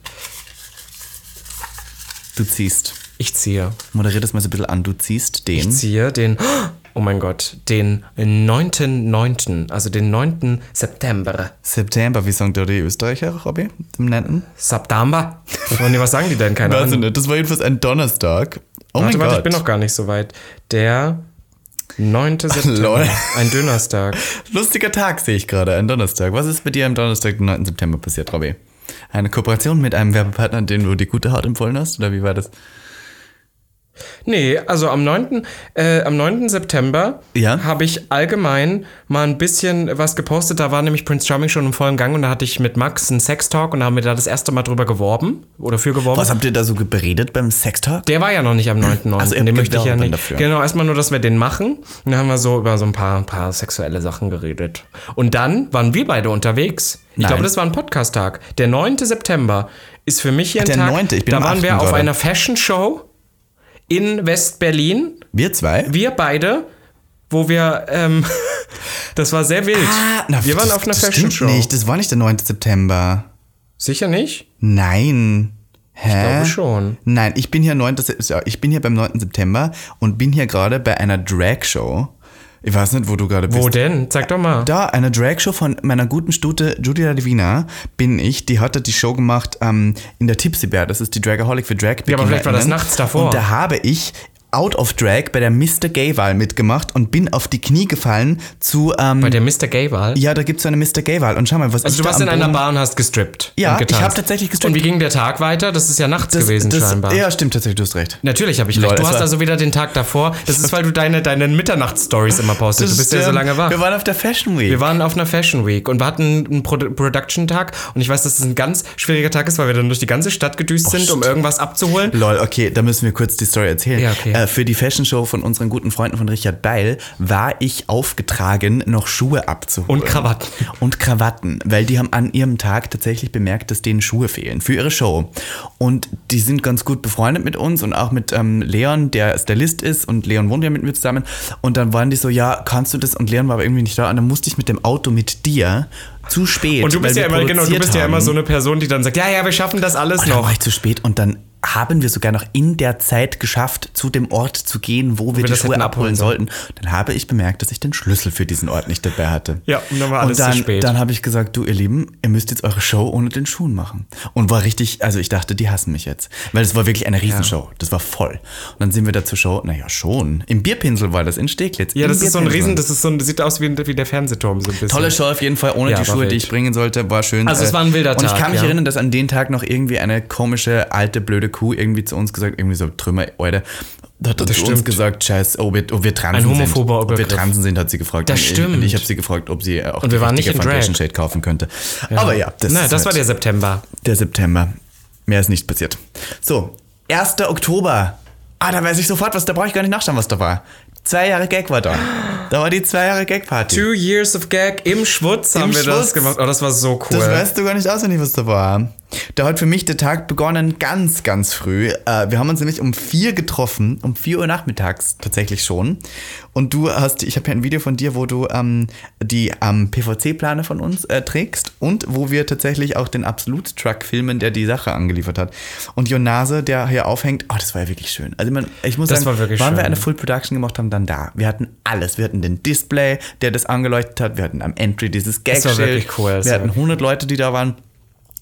B: Du ziehst.
A: Ich ziehe.
B: Moderier das mal so ein bisschen an. Du ziehst den.
A: Ich ziehe den, oh mein Gott, den 9.9., also den 9. September.
B: September, wie sagen da die Österreicher, Robby? Dem 9.
A: September? Und was sagen die denn? Keine
B: Weiß ich
A: Ahnung.
B: nicht. Das war jedenfalls ein Donnerstag. Oh
A: Warte,
B: mein
A: warte,
B: Gott.
A: ich bin noch gar nicht so weit. Der 9.
B: <laughs>
A: September,
B: Lol.
A: ein Dönerstag.
B: Lustiger Tag sehe ich gerade, ein Donnerstag. Was ist mit dir am Donnerstag, den 9. September passiert, Robby? Eine Kooperation mit einem Werbepartner, den du die gute Haut empfohlen hast? Oder wie war das?
A: Nee, also am 9. Äh, am 9. September
B: Ja?
A: habe ich allgemein mal ein bisschen was gepostet. Da war nämlich Prince Charming schon im vollen Gang und da hatte ich mit Max einen Sextalk und da haben wir da das erste Mal drüber geworben oder für geworben.
B: Was habt ihr da so geredet beim Sextalk?
A: Der war ja noch nicht am 9.9.
B: Also ihr habt
A: den möchte ich ja
B: geworben
A: nicht.
B: dafür.
A: Genau, erstmal nur, dass wir den machen. Und dann haben wir so über so ein paar, ein paar sexuelle Sachen geredet. Und dann waren wir beide unterwegs. Ich
B: Nein.
A: glaube, das war ein Podcast-Tag. Der 9. September ist für mich hier ein
B: der
A: Tag.
B: 9., ich bin
A: da
B: am
A: waren wir
B: 8.
A: auf
B: gerade.
A: einer Fashion-Show in West-Berlin
B: Wir zwei?
A: wir beide, wo wir, ähm, <laughs> das war sehr wild.
B: Ah,
A: wir waren auf einer Fashion Show.
B: Nicht, das war nicht der 9. September.
A: Sicher nicht?
B: Nein. Hä? Ich
A: glaube schon.
B: Nein, ich bin hier 9. Se- Ich bin hier beim 9. September und bin hier gerade bei einer Drag-Show. Ich weiß nicht, wo du gerade bist.
A: Wo denn? Sag doch mal.
B: Da, eine Dragshow von meiner guten Stute Julia Divina bin ich. Die hatte die Show gemacht ähm, in der Tipsy Bear. Das ist die Dragaholic für Drag. Ja,
A: aber vielleicht war das nachts davor.
B: Und da habe ich out of drag bei der Mr. Gay-Wahl mitgemacht und bin auf die Knie gefallen zu. Ähm,
A: Bei der Mr. Gay-Wahl.
B: ja, da gibt es so eine Mr. Gay-Wahl. Und schau mal, was
A: Also
B: ich
A: du
B: da
A: warst
B: am
A: in einer
B: Boden-
A: Bar und hast gestrippt.
B: Ja,
A: und getanzt.
B: ich hab tatsächlich gestrippt.
A: Und wie ging der Tag weiter? Das ist ja nachts
B: Das-
A: gewesen
B: das-
A: scheinbar.
B: Ja, stimmt tatsächlich, du hast recht.
A: Natürlich habe ich
B: Lol,
A: recht. Du
B: das
A: hast
B: war-
A: also wieder den Tag davor. Das ist, weil du deine, deine Mitternachts-Stories immer postest. Du bist ja so
B: Stimmt.
A: lange wach.
B: Wir waren auf der Fashion Week.
A: Wir waren auf einer Fashion Week und wir hatten einen Pro Production-Tag und ich weiß, dass es ein ganz schwieriger Tag ist, weil wir dann durch die ganze Stadt gedüst sind, um irgendwas abzuholen.
B: Lol, okay, da müssen wir kurz die Story erzählen.
A: Ja, okay.
B: äh, für die Fashion Show von unseren guten Freunden von Richard Beil war ich aufgetragen, noch Schuhe abzuholen.
A: Und Krawatten.
B: Und Krawatten, weil die haben an ihrem Tag tatsächlich bemerkt, dass denen Schuhe fehlen für ihre Show. Und die sind ganz gut befreundet mit uns und auch mit ähm, Leon, der Stylist ist und Leon wohnt ja mit mir zusammen. Und dann waren die so, ja, kannst du das? Und Leon war aber irgendwie nicht da. Und dann musste ich mit dem Auto mit dir zu spät.
A: Und du bist
B: weil
A: ja
B: wir
A: immer, genau, du
B: produziert
A: bist ja immer
B: haben.
A: so eine Person, die dann sagt, ja, ja, wir schaffen das alles
B: Und dann
A: noch.
B: war ich zu spät und dann haben wir sogar noch in der Zeit geschafft, zu dem Ort zu gehen, wo wir die
A: das
B: Schuhe
A: hätten
B: abholen
A: abholen sollen.
B: sollten. Dann habe ich bemerkt, dass ich den Schlüssel für diesen Ort nicht dabei hatte.
A: Ja, und dann war alles zu
B: dann,
A: spät.
B: Dann habe ich gesagt, du ihr Lieben, ihr müsst jetzt eure Show ohne den Schuhen machen. Und war richtig, also ich dachte, die hassen mich jetzt. Weil es war wirklich eine Riesenshow. Das war voll. Und dann sind wir da zur Show, naja schon, im Bierpinsel war das, in Steglitz.
A: Ja,
B: Im
A: das ist so ein
B: Bierpinsel.
A: Riesen, das ist so ein, das sieht aus wie, ein- wie der Fernsehturm so ein bisschen.
B: Tolle Show auf jeden Fall, ohne
A: Ja,
B: die
A: war
B: Schuhe, die
A: wild.
B: ich bringen sollte, war schön.
A: Also es
B: Äh,
A: war ein wilder
B: Und ich
A: Tag,
B: kann mich
A: ja.
B: erinnern, dass an den Tag noch irgendwie eine komische, alte, blöde Kuh irgendwie zu uns gesagt, irgendwie so Trümmer, Alter. Da hat
A: Das
B: zu uns
A: stimmt.
B: gesagt, scheiß, ob wir, ob wir Transen
A: Ein
B: sind.
A: homophober
B: Ob wir
A: Übergriff.
B: Transen sind, hat sie gefragt.
A: Das
B: Und ich-
A: stimmt.
B: Und ich habe sie gefragt, ob sie äh, auch
A: wir waren nicht in Drag.
B: Foundation Shade kaufen könnte. Aber ja, das,
A: Na,
B: ist
A: das war
B: halt
A: der September.
B: der September. Mehr ist nicht passiert. So, 1. Oktober. Ah, da weiß ich sofort was, da brauche ich gar nicht nachschauen, was da war. Zwei Jahre Gag war da. Da war die zwei Jahre Gag-Party.
A: Two Years of Gag im Schwutz haben wir das
B: Schwutz.
A: gemacht. Oh, das war so cool.
B: Das weißt du gar nicht auswendig, was da war. Da hat für mich der Tag begonnen ganz, ganz früh. Äh, wir haben uns nämlich um vier getroffen, um vier Uhr nachmittags tatsächlich schon. Und du hast, ich habe ja ein Video von dir, wo du ähm, die ähm, PVC-Plane von uns äh, trägst und wo wir tatsächlich auch den Absolut-Truck filmen, der die Sache angeliefert hat. Und Jonase, der hier aufhängt, oh, das war ja wirklich schön. Also man, ich muss
A: Das
B: sagen,
A: war wirklich
B: waren wir
A: schön.
B: eine Full Production gemacht haben, dann da. Wir hatten alles. Wir hatten den Display, der das angeleuchtet hat. Wir hatten am Entry dieses Gag.
A: Das war
B: Eckschild.
A: wirklich cool, also. das
B: Wir
A: war
B: hatten
A: wirklich
B: 100 Leute, die da waren.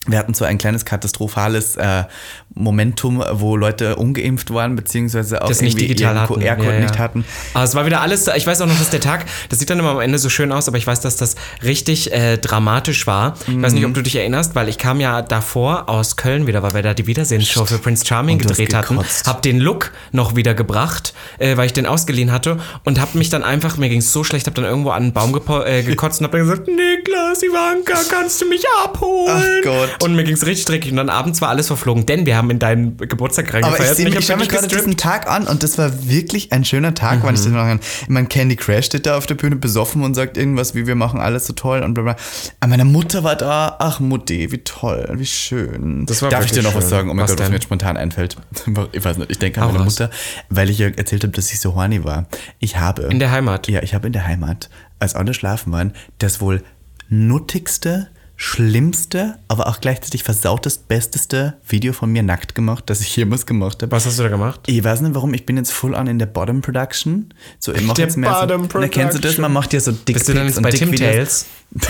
B: Wir hatten so ein kleines katastrophales äh, Momentum, wo Leute ungeimpft waren, beziehungsweise auch
A: das nicht
B: irgendwie
A: digital
B: ihren
A: hatten.
B: QR-Code
A: Ja, ja.
B: nicht hatten.
A: Aber es war wieder alles, ich weiß auch noch, dass der Tag, das sieht dann immer am Ende so schön aus, aber ich weiß, dass das richtig äh, dramatisch war. Ich weiß nicht,
B: Mhm.
A: ob du dich erinnerst, weil ich kam ja davor aus Köln wieder, weil wir da die Wiedersehensshow für Prince Charming
B: Und du hast
A: gedreht hatten.
B: gekotzt.
A: Hab den Look noch wieder gebracht, äh, weil ich den ausgeliehen hatte und hab mich dann einfach, mir ging's so schlecht, hab dann irgendwo an einen Baum gepo- äh, gekotzt und hab dann gesagt, Niklas, Ivanka, kannst du mich abholen?
B: Ach Gott.
A: Und mir ging's richtig dreckig und dann abends war alles verflogen, denn wir haben in deinen Geburtstag
B: Aber
A: reingefeiert.
B: ich, seh
A: und
B: mir- ich
A: hab
B: schaue mir
A: wirklich
B: gerade
A: gestrippt.
B: diesen Tag an und das war wirklich ein schöner Tag,
A: Mhm.
B: weil ich das noch an. Ich meine, Candy Crash steht da auf der Bühne besoffen und sagt irgendwas, wie wir machen alles so toll und bla bla. Aber meine Mutter war da. Ach Mutti, wie toll, wie schön.
A: Das war
B: Darf ich dir
A: wirklich
B: noch was
A: schön.
B: sagen? Oh mein
A: Was
B: Gott, was
A: denn?
B: mir jetzt spontan einfällt. <laughs> Ich weiß nicht, ich denke an
A: Hau
B: meine
A: raus.
B: Mutter, weil ich ihr erzählt habe, dass ich so horny war. Ich habe.
A: In der Heimat.
B: Ja, ich habe in der Heimat, als alle schlafen waren, das wohl nuttigste, schlimmste, aber auch gleichzeitig versautest, besteste Video von mir nackt gemacht, das ich jemals gemacht habe.
A: Was hast du da gemacht?
B: Ich weiß nicht warum, ich bin jetzt full on in der Bottom Production. So, ich mach
A: Der
B: jetzt mehr so,
A: Bottom
B: Na, Kennst du das? Man macht ja so dick
A: Bist du dann jetzt bei Tim
B: <laughs>
A: Tales? <laughs>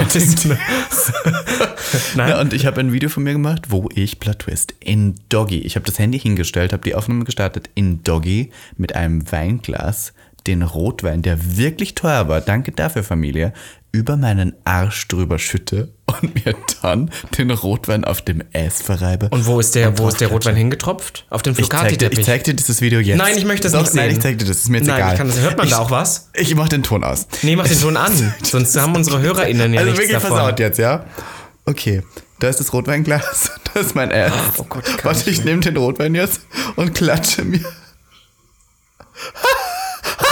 A: Nein.
B: Ja, und ich habe ein Video von mir gemacht, wo ich Plot Twist in Doggy, ich habe das Handy hingestellt, habe die Aufnahme gestartet in Doggy mit einem Weinglas den Rotwein, der wirklich teuer war, danke dafür, Familie, über meinen Arsch drüber schütte und mir dann den Rotwein auf dem Ass verreibe.
A: Und wo ist der, wo ist der Rotwein hingetropft? Auf dem
B: Oh, Ich zeig, dir, ich
A: Flocati-Teppich.
B: zeig dir dieses Video jetzt.
A: Nein, ich möchte es
B: Doch,
A: nicht
B: Nein,
A: sehen.
B: ich zeig dir das, ist mir jetzt
A: Nein,
B: egal.
A: ich kann das- hört man
B: ich,
A: da auch was?
B: Ich mach den Ton aus.
A: Nee, mach den Ton
B: <laughs>
A: an. Sonst haben unsere HörerInnen ja
B: also
A: nichts
B: wirklich
A: davon.
B: versaut jetzt, ja? Okay, da ist das Rotweinglas, <laughs> da ist mein Ass.
A: Oh Gott, kann
B: Warte, ich nehme den Rotwein jetzt und klatsche mir.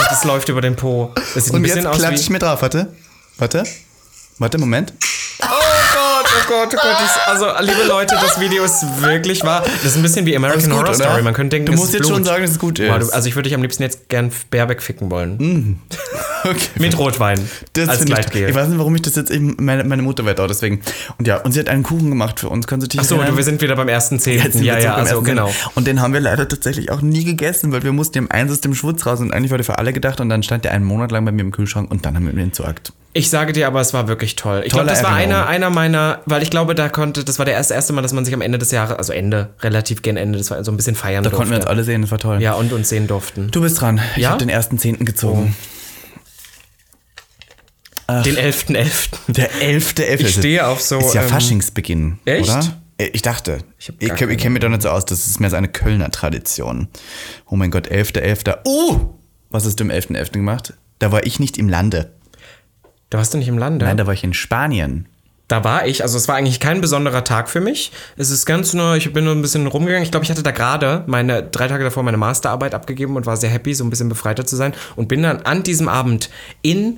A: Das läuft über den Po. Das sieht ein
B: Und
A: bisschen
B: jetzt
A: aus
B: klatsche ich
A: wie...
B: mir drauf, warte. Warte. Warte, Moment. <laughs>
A: Oh Gott, oh Gott. Ich, also, liebe Leute, das Video ist wirklich wahr. Das ist ein bisschen wie
B: Das
A: American
B: ist gut,
A: Horror
B: oder?
A: Story. Man könnte denken,
B: du
A: das
B: musst
A: ist
B: jetzt
A: Blut.
B: schon sagen, dass es gut ist.
A: Boah, du- also ich würde dich am liebsten jetzt gern Baerbeck ficken wollen.
B: okay.
A: Mit Rotwein.
B: Das
A: als
B: finde ich,
A: Gleitgel.
B: ich weiß nicht, warum ich das jetzt eben, meine, meine Mutter wird auch deswegen. Und ja, und sie hat einen Kuchen gemacht für uns. Kannst du dich
A: Achso, du, wir sind wieder beim ersten
B: Jetzt
A: Zehnten.
B: sind
A: Ja,
B: wir
A: ja,
B: zurück am
A: also
B: ersten
A: genau.
B: Sinn. Und den haben wir leider tatsächlich auch nie gegessen, weil wir mussten im Einsatz dem Schwutz raus und eigentlich war der für alle gedacht und dann stand der einen Monat lang bei mir im Kühlschrank und dann haben wir ihn entsorgt.
A: Ich sage dir aber, es war wirklich toll. Ich glaube,
B: Tolle
A: das war
B: Erinnerung.
A: einer, einer meiner, weil ich glaube, da konnte, das war der erste, erste Mal, dass man sich am Ende des Jahres, also Ende, relativ gern Ende, das war so ein bisschen feiern
B: Da konnten wir uns alle sehen, das war toll.
A: ja, und uns sehen durften.
B: Du bist dran. Ich
A: Ja? Oh.
B: habe den ersten Zehnten gezogen.
A: Den 11.11.
B: Der elfte, elfte.
A: Ich stehe auf so,
B: Ist ja
A: ähm,
B: Faschingsbeginn,
A: Echt?
B: oder? Äh, Ich dachte. Ich,
A: hab gar
B: ich kenne
A: keine
B: kenn mich doch nicht so aus. Das ist mehr so eine Kölner Tradition. Oh mein Gott, elfte, elfter. Uh! Was hast du im elften, elften gemacht? Da war ich nicht im Lande.
A: Da warst du nicht im Lande.
B: Nein, da war ich in Spanien.
A: Da war ich, also es war eigentlich kein besonderer Tag für mich. Es ist ganz nur, ich bin nur ein bisschen rumgegangen. Ich glaube, ich hatte da gerade meine drei Tage davor meine Masterarbeit abgegeben und war sehr happy, so ein bisschen befreiter zu sein und bin dann an diesem Abend in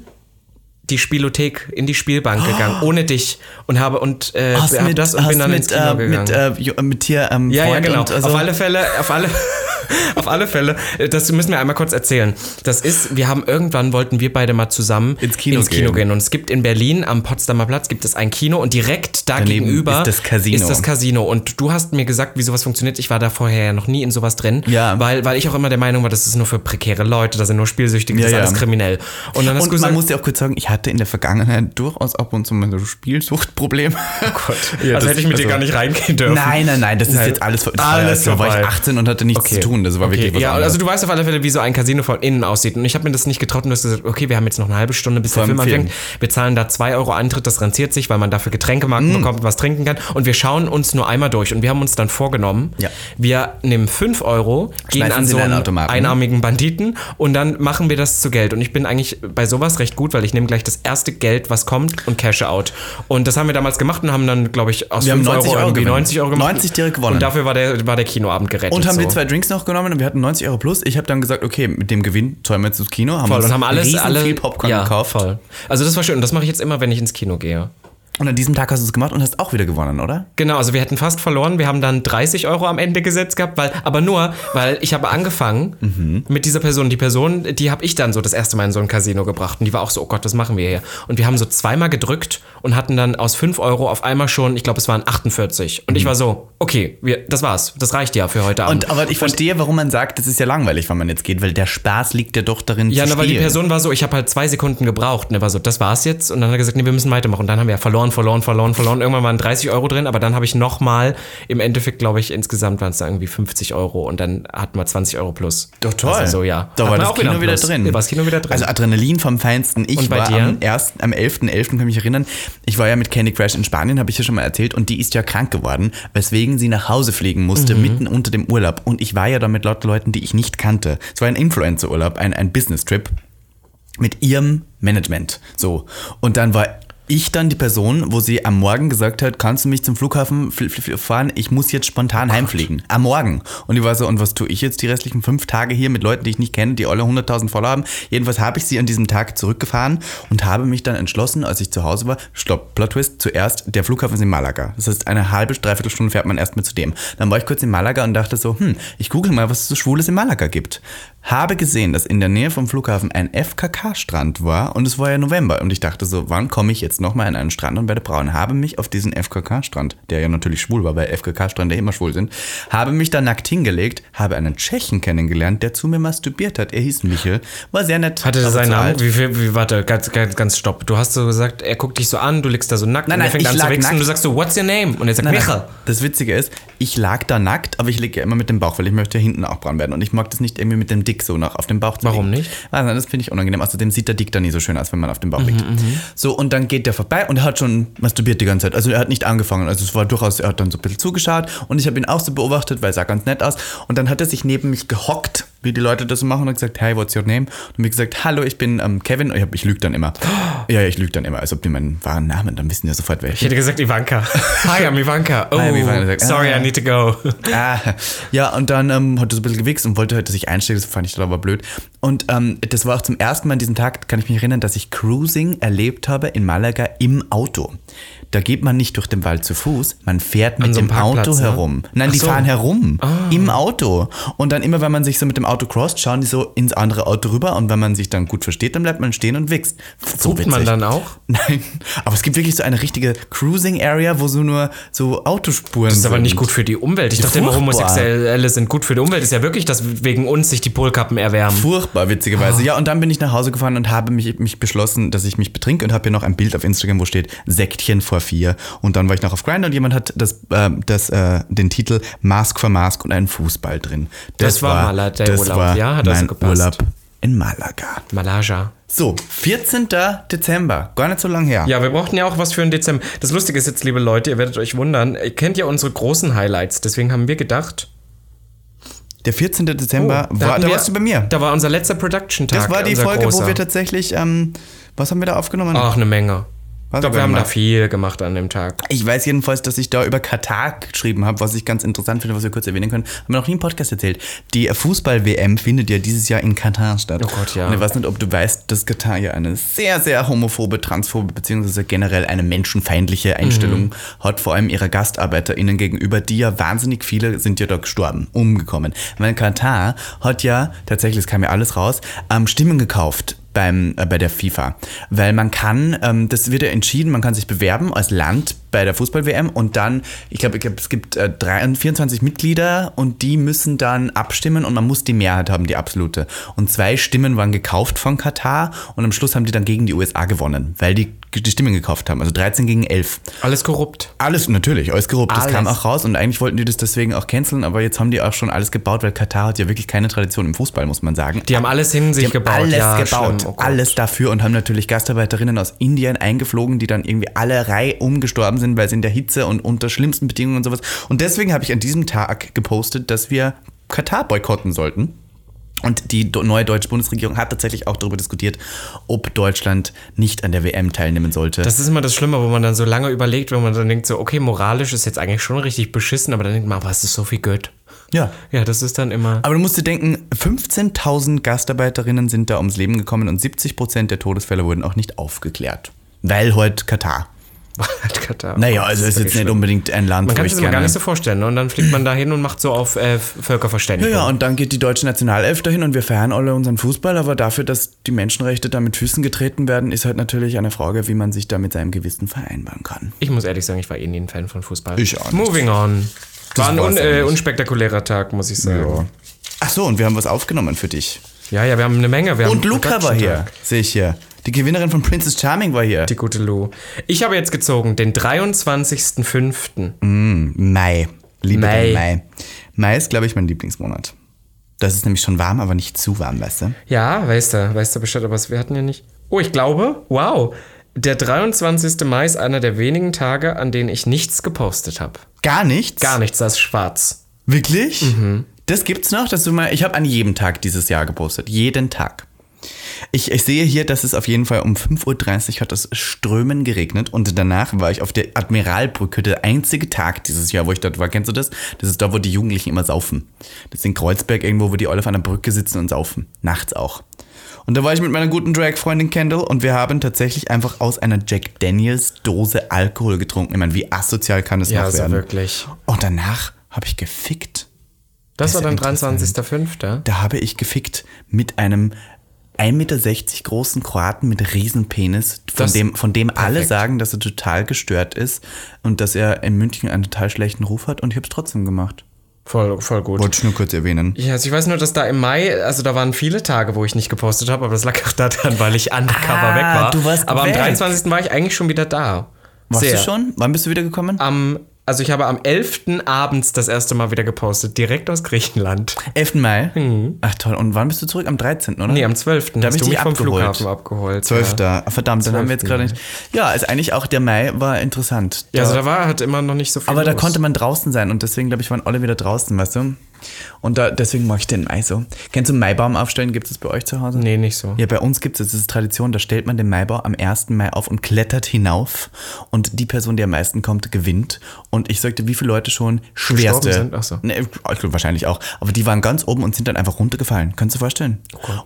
A: die Spielothek, in die Spielbank gegangen, ohne dich und habe und äh,
B: Oh. Hast
A: hab
B: mit-
A: das und
B: hast
A: bin dann ins
B: mit,
A: Kino
B: äh,
A: gegangen.
B: mit, äh, Ju- mit dir ähm,
A: Ja, ja,
B: Freund
A: genau.
B: und also,
A: auf alle Fälle, auf
B: <laughs>
A: alle, auf alle Fälle, äh, das müssen wir einmal kurz erzählen. Das ist, wir haben irgendwann wollten wir beide mal zusammen
B: Ins Kino
A: Kino
B: gehen.
A: gehen. Und es gibt in Berlin am Potsdamer Platz gibt es ein Kino und direkt da
B: Daneben
A: gegenüber
B: ist das Casino.
A: ist das Casino. Und du hast mir gesagt, wie sowas funktioniert. Ich war da vorher ja noch nie in sowas drin,
B: Ja.
A: weil, weil ich auch immer der Meinung war, das ist nur für prekäre Leute, das sind nur Spielsüchtige, das
B: Ja,
A: ist
B: ja.
A: alles kriminell. Und dann hast
B: und
A: du gesagt,
B: man muss ja auch kurz sagen, ich hatte in der Vergangenheit durchaus ab und zu mal so Spielsuchtprobleme. Oh Gott.
A: also hätte ich mit dir gar nicht reingehen dürfen.
B: Nein, nein, nein, das ist jetzt alles, das war-
A: Alles
B: Da war ich
A: vorbei.
B: 18 und hatte nichts zu tun. Das war
A: okay.
B: wirklich was
A: Ja,
B: anderes.
A: also du weißt auf alle Fälle, wie so ein Casino von innen aussieht. Und ich habe mir das nicht getraut und du hast gesagt, okay, wir haben jetzt noch eine halbe Stunde, bis der
B: allem
A: Film
B: Film.
A: anfängt. Wir zahlen da 2 Euro Eintritt, das rentiert sich, weil man dafür
B: Mm.
A: Getränkemarken bekommt und was trinken kann. Und wir schauen uns nur einmal durch. Und wir haben uns dann vorgenommen,
B: Ja.
A: wir nehmen 5 Euro, gehen
B: Schmeißen
A: an
B: Sie
A: so
B: in einen
A: einen
B: Automaten. ne?
A: einarmigen Banditen und dann machen wir das zu Geld. Und ich bin eigentlich bei sowas recht gut, weil ich nehme gleich das erste Geld, was kommt und cash out. Und das haben wir damals gemacht und haben dann, glaube ich, aus
B: Wir haben
A: 5 Euro,
B: 90 Euro
A: irgendwie
B: gewonnen.
A: 90 Euro gemacht.
B: 90 direkt gewonnen.
A: Und dafür war der, war der Kinoabend gerettet.
B: Und haben
A: so.
B: wir zwei Drinks noch genommen und wir hatten 90 Euro plus. Ich habe dann gesagt, okay, mit dem Gewinn zahlen wir jetzt ins Kino. Haben
A: Voll,
B: uns
A: und haben alles,
B: riesen
A: alle
B: viel Popcorn
A: ja,
B: gekauft.
A: Voll. Also das war schön und das mache ich jetzt immer, wenn ich ins Kino gehe.
B: Und an diesem Tag hast du es gemacht und hast auch wieder gewonnen, oder?
A: Genau, also wir hätten fast verloren. Wir haben dann 30 Euro am Ende gesetzt gehabt, weil, aber nur, weil ich habe angefangen
B: Mhm.
A: mit dieser Person. Die Person, die habe ich dann so das erste Mal in so ein Casino gebracht. Und die war auch so, oh Gott, was machen wir hier? Und wir haben so zweimal gedrückt und hatten dann aus 5 Euro auf einmal schon, ich glaube, es waren 48. Und ich war so, okay, wir, das war's. Das reicht ja für heute Abend.
B: Mhm. Und, aber ich verstehe, warum man sagt, das ist ja langweilig, wenn man jetzt geht, weil der Spaß liegt ja doch darin
A: Ja,
B: zu
A: na, weil die
B: spielen.
A: Person war so, ich habe halt zwei Sekunden gebraucht. Ne, war so, das war's jetzt. Und dann hat er gesagt, nee, wir müssen weitermachen. Und dann haben wir ja verloren, verloren, verloren, verloren. Irgendwann waren 30 Euro drin, aber dann habe ich nochmal, im Endeffekt, glaube ich, insgesamt waren es da irgendwie 50 Euro und dann hatten wir 20 Euro plus.
B: Doch toll.
A: Also so, ja.
B: Da
A: Hat
B: war
A: man
B: das
A: auch
B: Kino
A: einen
B: wieder
A: Plus.
B: drin.
A: Ja, war das Kino wieder drin.
B: Also Adrenalin vom Feinsten. Ich
A: Und bei
B: war
A: dir?
B: am ersten, am 11.11. kann ich mich erinnern, ich war ja mit Candy Crash in Spanien, habe ich ja schon mal erzählt, und die ist ja krank geworden, weswegen sie nach Hause fliegen musste,
A: Mhm.
B: mitten unter dem Urlaub. Und ich war ja da mit lauter Leuten, die ich nicht kannte. Es war ein Influencer-Urlaub, ein, ein Business-Trip mit ihrem Management. So. Und dann war ich dann die Person, wo sie am Morgen gesagt hat, kannst du mich zum Flughafen fl- fl- fl- fahren? Ich muss jetzt spontan heimfliegen. Am Morgen. Und ich war so, und was tue ich jetzt die restlichen fünf Tage hier mit Leuten, die ich nicht kenne, die alle 100.000 Follower haben? Jedenfalls habe ich sie an diesem Tag zurückgefahren und habe mich dann entschlossen, als ich zu Hause war, stopp, Plot Twist, zuerst, der Flughafen ist in Malaga. Das heißt, eine halbe, dreiviertel Stunde fährt man erstmal zu dem. Dann war ich kurz in Malaga und dachte so, hm, ich google mal, was es so Schwules in Malaga gibt habe gesehen, dass in der Nähe vom Flughafen ein FKK-Strand war und es war ja November und ich dachte so, wann komme ich jetzt jetzt nochmal an einen Strand und werde braun. Habe mich auf diesen FKK-Strand, der ja natürlich schwul war, weil FKK-Strände immer schwul sind, habe mich da nackt hingelegt, habe einen Tschechen kennengelernt, der zu mir masturbiert hat. Er hieß Michel, war sehr nett.
A: Hatte das seinen
B: aber zu
A: Namen?
B: alt.
A: Wie, viel- wie, warte, ganz, ganz, ganz stopp. Du hast so gesagt, er guckt dich so an, du liegst da so nackt
B: Nein,
A: und er
B: nein,
A: fängt
B: ich
A: an zu
B: lag
A: wechseln und du
B: nackt.
A: sagst so, what's your name? Und er sagt,
B: Nein,
A: Micha.
B: nein. Das Witzige ist, ich lag da nackt, aber ich liege ja immer mit dem Bauch, weil ich möchte ja hinten auch braun werden. Und ich mag das nicht irgendwie mit dem Dick so nach auf dem Bauch zu
A: Warum
B: liegen.
A: nicht? Mhm,
B: Ah, nein, das finde ich unangenehm. Außerdem sieht der Dick da nie so schön aus, wenn man auf dem Bauch liegt. So, und dann geht der vorbei und er hat schon masturbiert die ganze Zeit. Also er hat nicht angefangen. Also es war durchaus, er hat dann so ein bisschen zugeschaut und ich habe ihn auch so beobachtet, weil er sah ganz nett aus. Und dann hat er sich neben mich gehockt, wie die Leute das so machen und hat gesagt, hey, what's your name? Und mir gesagt, hallo, ich bin ähm, Kevin. Ich, hab- ich lüge dann immer. Ja, ja, ich lüge dann immer, als ob die meinen wahren Namen, dann wissen die ja sofort, wer ich
A: Ich hätte gesagt
B: <laughs>
A: Ivanka. Hi, I'm Ivanka. Oh,
B: I'm Ivanka.
A: sorry, I need to go.
B: Ah, ja, und dann ähm, hat er so ein bisschen gewichst und wollte halt sich einstellen, das fand ich dann aber blöd. Und ähm, das war auch zum ersten Mal an diesem Tag, kann ich mich erinnern, dass ich Cruising erlebt habe in Malaga im Auto. Da geht man nicht durch den Wald zu Fuß, man fährt mit
A: so einem
B: dem Auto
A: Parkplatz, ne?
B: herum. Nein,
A: Ach
B: die
A: so. Ah.
B: fahren herum im Auto. Und dann immer, wenn man sich so mit dem Auto crosst, schauen die so ins andere Auto rüber und wenn man sich dann gut versteht, dann bleibt man stehen und wächst. So
A: Hupt man dann auch?
B: <laughs> Nein, aber es gibt wirklich so eine richtige Cruising-Area, wo so nur so Autospuren
A: Das ist aber nicht gut für die Umwelt. Ich dachte immer,
B: Furchtbar.
A: Homosexuelle sind gut für die Umwelt. Ist ja wirklich, dass wegen uns sich die Polkappen erwärmen.
B: Furchtbar, witzigerweise. Ja, und dann bin ich nach Hause gefahren und habe mich, mich beschlossen, dass ich mich betrinke und habe hier noch ein Bild auf Instagram, wo steht Sektchen vor vier. Und dann war ich noch auf Grindr und jemand hat das, äh, das, äh, den Titel Mask for Mask und einen Fußball drin.
A: Das war Maler- der
B: das
A: Urlaub.
B: War
A: Ja, hat
B: mein
A: also gepasst.
B: Urlaub in Malaga.
A: Malaja.
B: So, 14. Dezember, gar nicht so lang her.
A: Ja, wir brauchten ja auch was für den Dezember. Das Lustige ist jetzt, liebe Leute, ihr werdet euch wundern, ihr kennt ja unsere großen Highlights. Deswegen haben wir gedacht, oh,
B: Der 14. Dezember,
A: da
B: war,
A: hatten
B: da
A: wir-
B: warst du bei mir.
A: Da war unser letzter Production-Tag.
B: das war die
A: unser
B: Folge, wo
A: großer.
B: wir tatsächlich, ähm, was haben wir da aufgenommen?
A: Ach, eine Menge. ich
B: Was
A: glaube,
B: haben wir
A: wir haben da
B: gemacht?
A: viel gemacht an dem Tag.
B: Ich weiß jedenfalls, dass ich da über Katar geschrieben habe, was ich ganz interessant finde, was wir kurz erwähnen können. Haben wir noch nie im Podcast erzählt. Die Fußball-WM findet ja dieses Jahr in Katar statt.
A: Oh Gott, ja.
B: Und ich weiß nicht, ob du weißt, dass Katar ja eine sehr, sehr homophobe, transphobe, beziehungsweise generell eine menschenfeindliche Einstellung
A: Mhm.
B: hat, vor allem ihrer GastarbeiterInnen gegenüber, die ja wahnsinnig viele sind ja da gestorben, umgekommen. Weil Katar hat ja, tatsächlich, es kam ja alles raus, ähm, Stimmen gekauft beim, äh, bei der FIFA. Weil man kann, ähm, das wird ja entschieden, man kann sich bewerben als Land bei der Fußball-WM und dann, ich glaube, ich glaub, es gibt äh, 23, 24 Mitglieder und die müssen dann abstimmen und man muss die Mehrheit haben, die absolute. Und zwei Stimmen waren gekauft von Katar und am Schluss haben die dann gegen die USA gewonnen, weil die die Stimmen gekauft haben. Also 13 gegen 11.
A: Alles korrupt.
B: Alles natürlich, alles geruppt. Das
A: Alles.
B: kam auch raus und eigentlich wollten die das deswegen auch canceln, aber jetzt haben die auch schon alles gebaut, weil Katar hat ja wirklich keine Tradition im Fußball, muss man sagen.
A: Die haben alles hin sich
B: Die haben
A: gebaut.
B: Alles
A: ja,
B: gebaut,
A: schlimm. Oh Gott.
B: alles dafür und haben natürlich Gastarbeiterinnen aus Indien eingeflogen, die dann irgendwie alle Reihe umgestorben sind, weil sie in der Hitze und unter schlimmsten Bedingungen und sowas. Und deswegen habe ich an diesem Tag gepostet, dass wir Katar boykotten sollten. Und die do- neue deutsche Bundesregierung hat tatsächlich auch darüber diskutiert, ob Deutschland nicht an der WM teilnehmen sollte.
A: Das ist immer das Schlimme, wo man dann so lange überlegt, wenn man dann denkt, so, okay, moralisch ist jetzt eigentlich schon richtig beschissen, aber dann denkt man, aber es ist so viel gut.
B: ja.
A: Ja, das ist dann immer.
B: Aber du musst dir denken, 15.000 Gastarbeiterinnen sind da ums Leben gekommen und 70% der Todesfälle wurden auch nicht aufgeklärt. Weil heute Katar.
A: <laughs> Katar.
B: Naja,
A: Halt Das
B: also ist jetzt
A: wirklich
B: nicht
A: schlimm.
B: unbedingt ein Land,
A: Man
B: wo
A: kann
B: ich
A: sich das immer gar
B: gerne...
A: nicht so vorstellen. ne? Und dann fliegt man da hin und macht so auf äh, Völkerverständigung.
B: Ja, und dann geht die deutsche Nationalelf dahin und wir feiern alle unseren Fußball, aber dafür, dass die Menschenrechte da mit Füßen getreten werden, ist halt natürlich eine Frage, wie man sich da mit seinem Gewissen vereinbaren kann.
A: Ich muss ehrlich sagen, ich war eh nie ein Fan von Fußball.
B: Ich auch nicht.
A: Moving on.
B: Das
A: war ein
B: war's
A: un äh,
B: eigentlich.
A: unspektakulärer Tag, muss ich sagen.
B: Ach so, und wir haben was aufgenommen für dich.
A: Ja, ja, wir haben eine Menge. Wir
B: Und
A: haben
B: Luca war hier, sehe ich hier. Die Gewinnerin von Princess Charming war hier.
A: Die gute Lou. Ich habe jetzt gezogen, den 23.05.
B: Mai. Liebe
A: Mai.
B: den Mai. Mai ist, glaube ich, mein Lieblingsmonat. Das ist nämlich schon warm, aber nicht zu warm, weißt du?
A: Ja, weißt du, weißt du Bescheid, aber es- wir hatten ja nicht. Oh, ich glaube, wow. Der 23. Mai ist einer der wenigen Tage, an denen ich nichts gepostet habe.
B: Gar nichts?
A: Gar nichts, das ist schwarz.
B: Wirklich? Das gibt's noch, dass du mal. Ich habe an jedem Tag dieses Jahr gepostet. Jeden Tag. Ich, ich sehe hier, dass es auf jeden Fall um 5.30 Uhr hat es Strömen geregnet und danach war ich auf der Admiralbrücke, der einzige Tag dieses Jahr, wo ich dort war. Kennst du das? Das ist da, wo die Jugendlichen immer saufen. Das ist in Kreuzberg irgendwo, wo die alle auf einer Brücke sitzen und saufen. Nachts auch. Und da war ich mit meiner guten Drag-Freundin Kendall und wir haben tatsächlich einfach aus einer Jack Daniels Dose Alkohol getrunken. Ich meine, wie asozial kann das
A: Ja,
B: noch
A: also
B: werden?
A: wirklich.
B: Und danach habe ich gefickt.
A: Das,
B: Das
A: war
B: ist
A: dann
B: interessant.
A: 23.05.
B: Da habe ich gefickt mit einem 1,60 Meter großen Kroaten mit Riesenpenis, von
A: Das-
B: dem, von dem alle
A: perfekt.
B: sagen, dass er total gestört ist und dass er in München einen total schlechten Ruf hat und ich habe es trotzdem gemacht.
A: Voll, voll gut.
B: Wollte ich nur kurz erwähnen.
A: Ja, also ich weiß nur, dass da im Mai, also da waren viele Tage, wo ich nicht gepostet habe, aber das lag auch daran, weil ich <laughs> undercover
B: Ah,
A: weg war.
B: du warst
A: aber
B: weg.
A: am 23. war ich eigentlich schon wieder da.
B: Warst
A: Sehr.
B: du schon? Wann bist du wieder gekommen?
A: Am, also ich habe am 11. abends das erste Mal wieder gepostet, direkt aus Griechenland.
B: 11. Mai. Ach toll. Und wann bist du zurück? Am 13. oder?
A: Mhm. Nee, am 12.
B: Hm. Da
A: hast
B: bin
A: du
B: ich
A: mich
B: dich
A: vom
B: abgeholt.
A: Flughafen abgeholt.
B: 12.
A: Ja.
B: Ah, Verdammt, dann haben wir jetzt
A: 12.,
B: gerade nicht. Ja, ist eigentlich auch der Mai war interessant.
A: ja, also da war halt immer noch nicht so viel
B: aber da
A: los.
B: konnte man draußen sein und deswegen, glaube ich, waren alle wieder draußen, weißt du? Und da, deswegen mag ich den Mai so. Kennst du Maibaum aufstellen? Gibt es bei euch zu Hause?
A: Nee, nicht so.
B: Ja, bei uns gibt es, das ist Tradition, da stellt man den Maibau am 1. Mai auf und klettert hinauf und die Person, die am meisten kommt, gewinnt. Und ich sagte, wie viele Leute schon schwerste.
A: sind? Ach so.
B: Nee, ich glaub, wahrscheinlich auch. Aber die waren ganz oben und sind dann einfach runtergefallen. Kannst du dir vorstellen?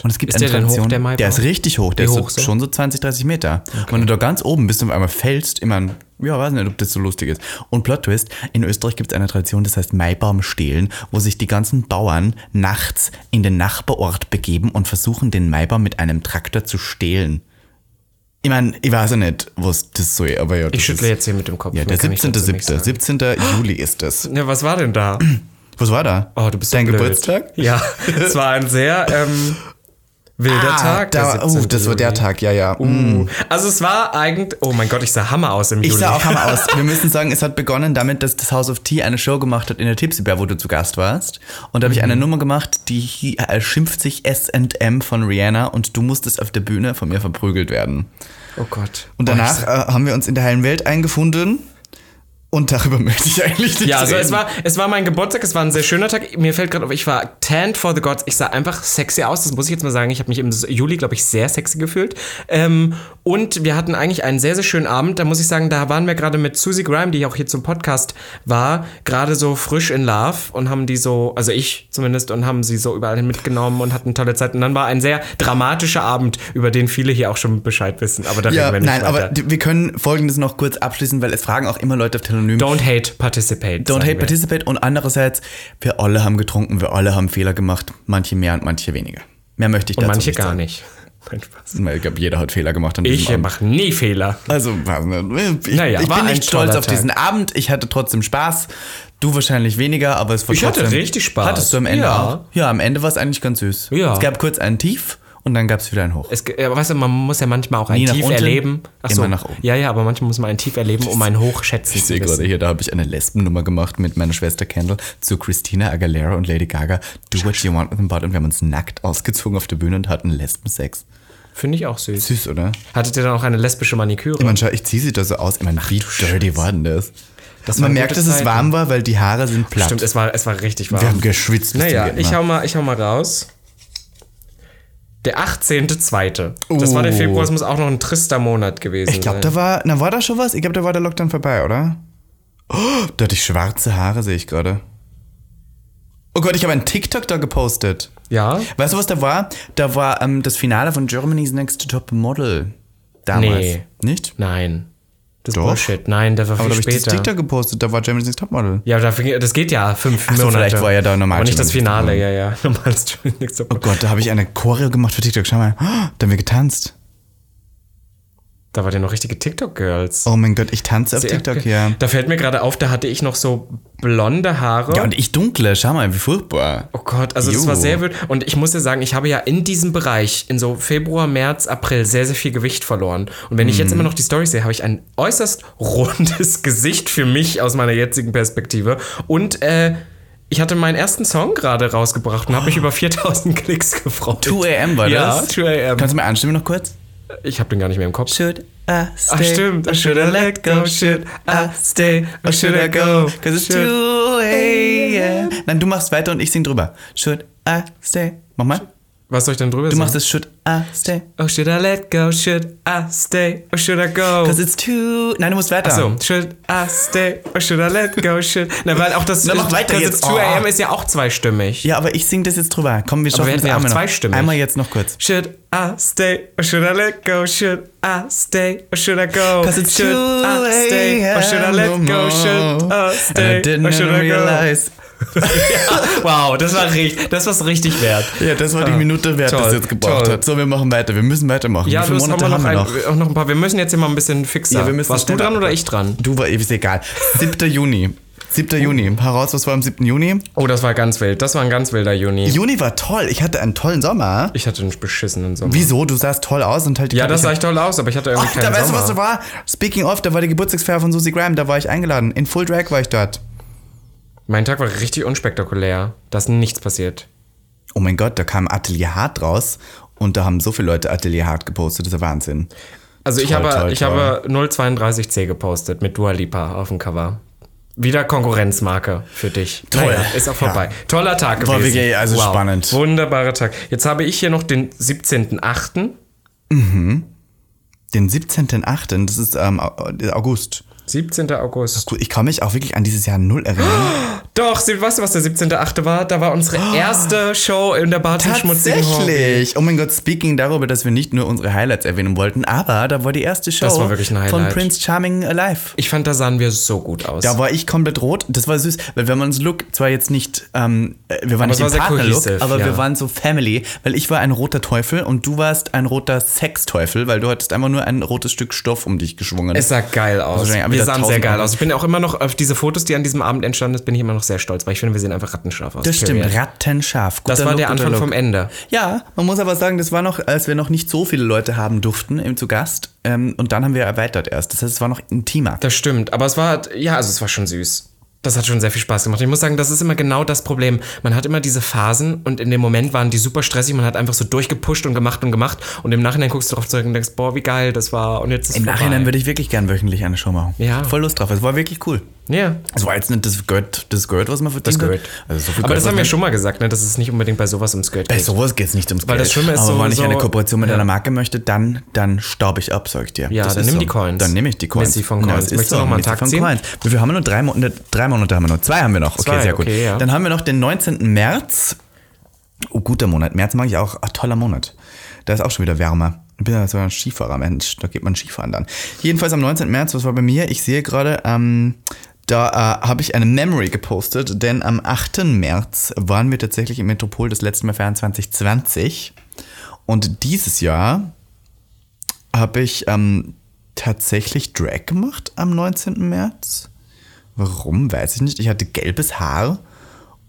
B: und es gibt
A: Oh Ist
B: eine
A: der denn hoch,
B: Tradition,
A: der Maibau?
B: der ist richtig hoch, der
A: Wie
B: ist
A: hoch so?
B: so, schon so 20, 30 Meter. Wenn du da ganz oben bist und auf einmal fällst, immer ein, ja, weiß nicht, ob das so lustig ist. Und Plot Twist, in Österreich gibt es eine Tradition, das heißt Maibaum stehlen, wo sich die ganzen Bauern nachts in den Nachbarort begeben und versuchen, den Maibaum mit einem Traktor zu stehlen. Ich meine, ich weiß ja nicht, was das so aber ja, das
A: Ich schüttle
B: ist,
A: jetzt hier mit dem Kopf.
B: Ja,
A: mehr
B: der
A: kann ich dazu nicht
B: 17.7.
A: sagen.
B: 17. Juli ist das.
A: Ja, was war denn da?
B: Was war da?
A: Oh, du bist so
B: Dein
A: blöd.
B: Geburtstag? <laughs>
A: Ja, es war ein sehr ähm, wilder
B: Ah,
A: Tag.
B: da,
A: der
B: oh,
A: 17.
B: das war der
A: Juli.
B: Tag, ja, ja. Mm.
A: Uh, Also es war eigentlich, oh mein Gott, ich sah Hammer aus im Juli.
B: Ich sah auch Hammer aus. Wir müssen sagen, es hat begonnen damit, dass das House of Tea eine Show gemacht hat in der Tipsy Bar, wo du zu Gast warst. Und da habe ich eine Nummer gemacht, die hie- äh, schimpft sich S&M von Rihanna und du musstest auf der Bühne von mir verprügelt werden.
A: Oh Gott.
B: Und danach äh, haben wir uns in der heilen Welt eingefunden und darüber <laughs> möchte ich eigentlich nicht
A: ja, also
B: reden.
A: es war, es war mein Geburtstag, es war ein sehr schöner Tag. Mir fällt gerade auf, ich war tanned for the gods. Ich sah einfach sexy aus, das muss ich jetzt mal sagen. Ich habe mich im Juli, glaube ich, sehr sexy gefühlt. Ähm, und wir hatten eigentlich einen sehr, sehr schönen Abend. Da muss ich sagen, da waren wir gerade mit Susie Grime, die auch hier zum Podcast war, gerade so frisch in Love und haben die so, also ich zumindest, und haben sie so überall hin mitgenommen und hatten tolle Zeit. Und dann war ein sehr dramatischer Abend, über den viele hier auch schon Bescheid wissen. Aber da
B: ja,
A: reden wir nicht
B: nein,
A: weiter.
B: aber d- wir können Folgendes noch kurz abschließen, weil es fragen auch immer Leute auf Telonym.
A: Don't hate, participate.
B: Don't
A: sagen
B: hate,
A: wir.
B: participate. Und andererseits, wir alle haben getrunken, wir alle haben Fehler gemacht. Manche mehr und manche weniger. Mehr möchte ich dazu
A: Manche
B: nicht
A: gar
B: sagen.
A: nicht. Nein, Spaß.
B: Weil Ich glaube, jeder hat Fehler gemacht. an diesem
A: Ich
B: Abend.
A: mache nie Fehler.
B: Also, weiß nicht. ich,
A: Naja,
B: ich
A: war
B: bin
A: ein
B: nicht stolz
A: toller
B: auf diesen Abend. Ich hatte trotzdem Spaß. Du wahrscheinlich weniger, aber es war
A: Ich hatte
B: trotzdem.
A: richtig Spaß.
B: Hattest du am Ende
A: Ja.
B: auch? Ja, am Ende war es eigentlich ganz süß.
A: Ja.
B: Es gab kurz einen Tief und dann gab es wieder einen Hoch.
A: Es, ge- aber weißt du, man muss ja manchmal auch ein
B: Nie nach
A: Tief
B: unten,
A: erleben. Ach so.
B: immer nach oben.
A: Ja, ja, aber manchmal muss man ein Tief erleben, um ein Hoch schätzen
B: Ich
A: zu
B: sehe gerade
A: wissen.
B: hier, da habe ich eine Lesbennummer gemacht mit meiner Schwester Kendall zu Christina Aguilera und Lady Gaga. Do what you want with them but. Und wir haben uns nackt ausgezogen auf der Bühne und hatten Lesbensex.
A: Finde ich auch süß.
B: Süß, oder?
A: Hattet ihr dann auch eine lesbische Maniküre?
B: Ich meine, schau, ich ziehe sie da so aus. Ich meine, wie dirty war denn das?
A: waren
B: Man merkt,
A: gute
B: dass es
A: Zeiten.
B: warm war, weil die Haare sind platt.
A: Stimmt, es war, es war richtig
B: Wir haben
A: warm.
B: geschwitzt. bis
A: Naja,
B: zum
A: ich
B: Geht
A: hau, mal, ich hau mal raus. Der 18.2. Das war der
B: Oh.
A: Februar, es muss auch noch ein trister Monat gewesen
B: Ich glaube,
A: sein.
B: da war, na war da schon was? Ich glaube, da war der Lockdown vorbei, oder? Oh, da hatte ich schwarze Haare, sehe ich gerade. Oh Gott, ich habe einen TikTok da gepostet.
A: Ja?
B: Weißt du, was da war? Da war ähm, das Finale von Germany's Next Top Model. Damals.
A: Nee.
B: Nicht?
A: Nein. Das ist
B: Doch.
A: Bullshit. Nein, das war
B: Aber da
A: viel
B: habe ich das
A: später.
B: TikTok gepostet, da war Germany's Next Top Model.
A: Ja, da fing, das geht ja fünf
B: so,
A: Monate.
B: vielleicht war ja da normal
A: Aber nicht
B: schon
A: das
B: ein bisschen
A: Finale, ja, ja. <laughs> Normal ist nichts so
B: Oh Gott, da habe ich eine Choreo gemacht für TikTok. Schau mal, oh, da haben wir getanzt.
A: Da war der noch richtige TikTok-Girls.
B: Oh mein Gott, ich tanze auf TikTok, ja.
A: Da fällt mir gerade auf, da hatte ich noch so blonde Haare.
B: Ja, und ich dunkle, schau mal, wie furchtbar.
A: Oh Gott, also das
B: Juhu.
A: war sehr wild. Und ich muss dir sagen, ich habe ja in diesem Bereich, in so Februar, März, April, sehr, sehr viel Gewicht verloren. Und wenn ich
B: Mhm.
A: jetzt immer noch die Story sehe, habe ich ein äußerst <laughs> rundes Gesicht für mich aus meiner jetzigen Perspektive. Und äh, ich hatte meinen ersten Song gerade rausgebracht und habe
B: Oh.
A: mich über 4000 <laughs> Klicks gefreut.
B: 2 AM war
A: Ja,
B: das?
A: 2 AM.
B: Kannst du mir anstimmen noch kurz?
A: Ich habe den gar nicht mehr im Kopf.
B: Should I stay?
A: Ach stimmt, I should I let go, should I stay, or should I go?
B: Cause it's 2 a.m. Nein, du machst weiter und ich sing drüber. Should I stay? Mach mal.
A: Was soll ich denn drüber
B: Du
A: sagen?
B: machst es Should I stay?
A: Oh, should I let go? Should I stay? Or should I go?
B: Cause it's 2... Nein, du musst weiter.
A: Oh. So, should I stay? Or should I let go? Should. Na, weil auch das.
B: Na, mach weiter
A: Cause
B: jetzt.
A: it's 2 AM
B: Oh.
A: ist ja auch zweistimmig.
B: Ja, aber ich sing das jetzt drüber. Komm,
A: wir
B: wir schaffen das
A: hätten ja auch
B: einmal noch.
A: zweistimmig.
B: Einmal jetzt noch kurz.
A: Should I stay? Or should I let go? Should I stay? Or should I go?
B: 'Cause it's
A: should
B: 2
A: I stay? Or should I let
B: a.m.
A: go? Should I
B: And I
A: stay?
B: didn't
A: Or should I go? <laughs>
B: realize
A: wow, das war richtig, das war's richtig wert.
B: Ja, das war die Minute wert,
A: Ah. Toll,
B: das jetzt gebraucht
A: toll.
B: hat. So, wir machen weiter. Wir müssen weitermachen.
A: Ja,
B: Wie viele
A: los, haben
B: Monate
A: wir noch,
B: haben wir
A: ein,
B: noch?
A: auch noch ein paar. Wir müssen jetzt hier mal ein bisschen fixer.
B: Ja, wir müssen
A: Warst du
B: schneller
A: dran oder ich dran?
B: Du war ist egal. 7. Juni. 7. Juni. Heraus, was war am 7. Juni?
A: Oh, das war ganz wild. Das war ein ganz wilder Juni.
B: Juni war toll. Ich hatte einen tollen Sommer.
A: Ich hatte einen beschissenen Sommer.
B: Wieso? Du sahst toll aus und halt die
A: Ja, das
B: ich
A: sah ich toll aus, aber ich hatte irgendwie
B: Ach,
A: keinen
B: da weißt du,
A: Sommer.
B: was da war? Speaking of, da war die Geburtstagsfeier von Susie Graham, da war ich eingeladen. In Full Drag war ich dort.
A: mein Tag war richtig unspektakulär. Da ist nichts passiert.
B: Oh mein Gott, da kam Atelier Hart raus und da haben so viele Leute Atelier Hart gepostet, das ist der Wahnsinn.
A: Also ich
B: Toll,
A: habe,
B: toll,
A: ich
B: toll.
A: habe 032C gepostet mit Dua Lipa auf dem Cover. Wieder Konkurrenzmarke für dich.
B: Toll.
A: ist auch vorbei. Toller Tag
B: War
A: gewesen.
B: wirklich, also spannend.
A: Wunderbarer Tag. Jetzt habe ich hier noch den 17.8.
B: Den 17.8., das ist ähm, August.
A: 17. August.
B: Gut, Ich kann mich auch wirklich an dieses Jahr null erinnern.
A: Doch, sie- weißt du, was der 17.8. war? Da war unsere erste Show in der Bar zum schmutzigen Horn.
B: Oh. Tatsächlich! Oh mein Gott, speaking darüber, dass wir nicht nur unsere Highlights erwähnen wollten, aber da war die erste Show
A: Das war wirklich ein
B: von
A: Highlight.
B: Prince Charming Alive.
A: Ich fand, da sahen wir so gut aus.
B: Da war ich komplett rot. Das war süß, weil wenn man uns Look zwar jetzt nicht, ähm, äh, wir waren
A: Aber es
B: nicht
A: war
B: im
A: sehr
B: Partnerlook,
A: cohesive,
B: aber
A: ja.
B: wir waren so Family, weil ich war ein roter Teufel und du warst ein roter Sexteufel, weil du hattest einfach nur ein rotes Stück Stoff um dich geschwungen.
A: Es sah geil aus.
B: wahrscheinlich auch
A: wir
B: wieder
A: sahen sehr
B: 1000
A: geil
B: Euro.
A: aus. Ich bin auch immer noch auf diese Fotos, die an diesem Abend entstanden sind, bin ich immer noch sehr stolz, weil ich finde, wir sehen einfach rattenscharf aus.
B: das stimmt,
A: Period.
B: rattenscharf. Guter
A: Das war
B: Look,
A: der
B: guter
A: Anfang
B: Look.
A: vom Ende.
B: Ja, man muss aber sagen, das war noch, als wir noch nicht so viele Leute haben durften im zu Gast ähm, und dann haben wir erweitert erst. Das heißt, es war noch intimer.
A: Das stimmt, aber es war, ja, also es war schon süß. Das hat schon sehr viel Spaß gemacht. Ich muss sagen, das ist immer genau das Problem. Man hat immer diese Phasen und in dem Moment waren die super stressig. Man hat einfach so durchgepusht und gemacht und gemacht. Und im Nachhinein guckst du drauf zurück und denkst, boah, wie geil das war. Und jetzt ist
B: Im
A: vorbei.
B: Nachhinein würde ich wirklich gern wöchentlich eine Show machen.
A: Ja.
B: Voll Lust drauf. Es war wirklich cool.
A: Ja.
B: Es war jetzt nicht das Geld, das Geld was man verdient hat.
A: Skirt.
B: Also so viel
A: aber
B: Geld,
A: das
B: was
A: haben
B: man-
A: wir schon mal gesagt, ne, dass es nicht unbedingt bei sowas ums Geld
B: Bei
A: geht.
B: sowas geht es nicht ums Weil Geld.
A: das Schlimme ist
B: Aber
A: so-
B: wenn ich
A: so-
B: eine Kooperation mit einer Marke möchte, dann, dann staub ich ab, sag ich dir.
A: Ja, dann
B: ist
A: nimm die Coins.
B: Dann nehme ich die Coins.
A: Missy von
B: Ja,
A: Coins.
B: das ist
A: Möchtest du
B: so,
A: noch mal einen
B: Missy
A: Tag
B: von
A: ziehen?
B: Coins. Wie viel haben wir noch? Drei Monate, drei Monate haben wir noch. Zwei haben wir noch. Okay,
A: Zwei,
B: sehr gut.
A: okay, ja.
B: Dann haben wir noch den 19. März. Oh, guter Monat. März mag ich auch. Ah, toller Monat. Da ist auch schon wieder wärmer. Ich bin ja sogar ein Skifahrer, Mensch. Da geht man Skifahren dann. Jedenfalls am 19. März, was war bei mir? Ich sehe gerade, ähm, da äh, habe ich eine Memory gepostet, denn am 8. März waren wir tatsächlich im Metropol das letzte Mal feiern 2020. Und dieses Jahr habe ich ähm, tatsächlich Drag gemacht am 19. März. Warum, weiß ich nicht. Ich hatte gelbes Haar.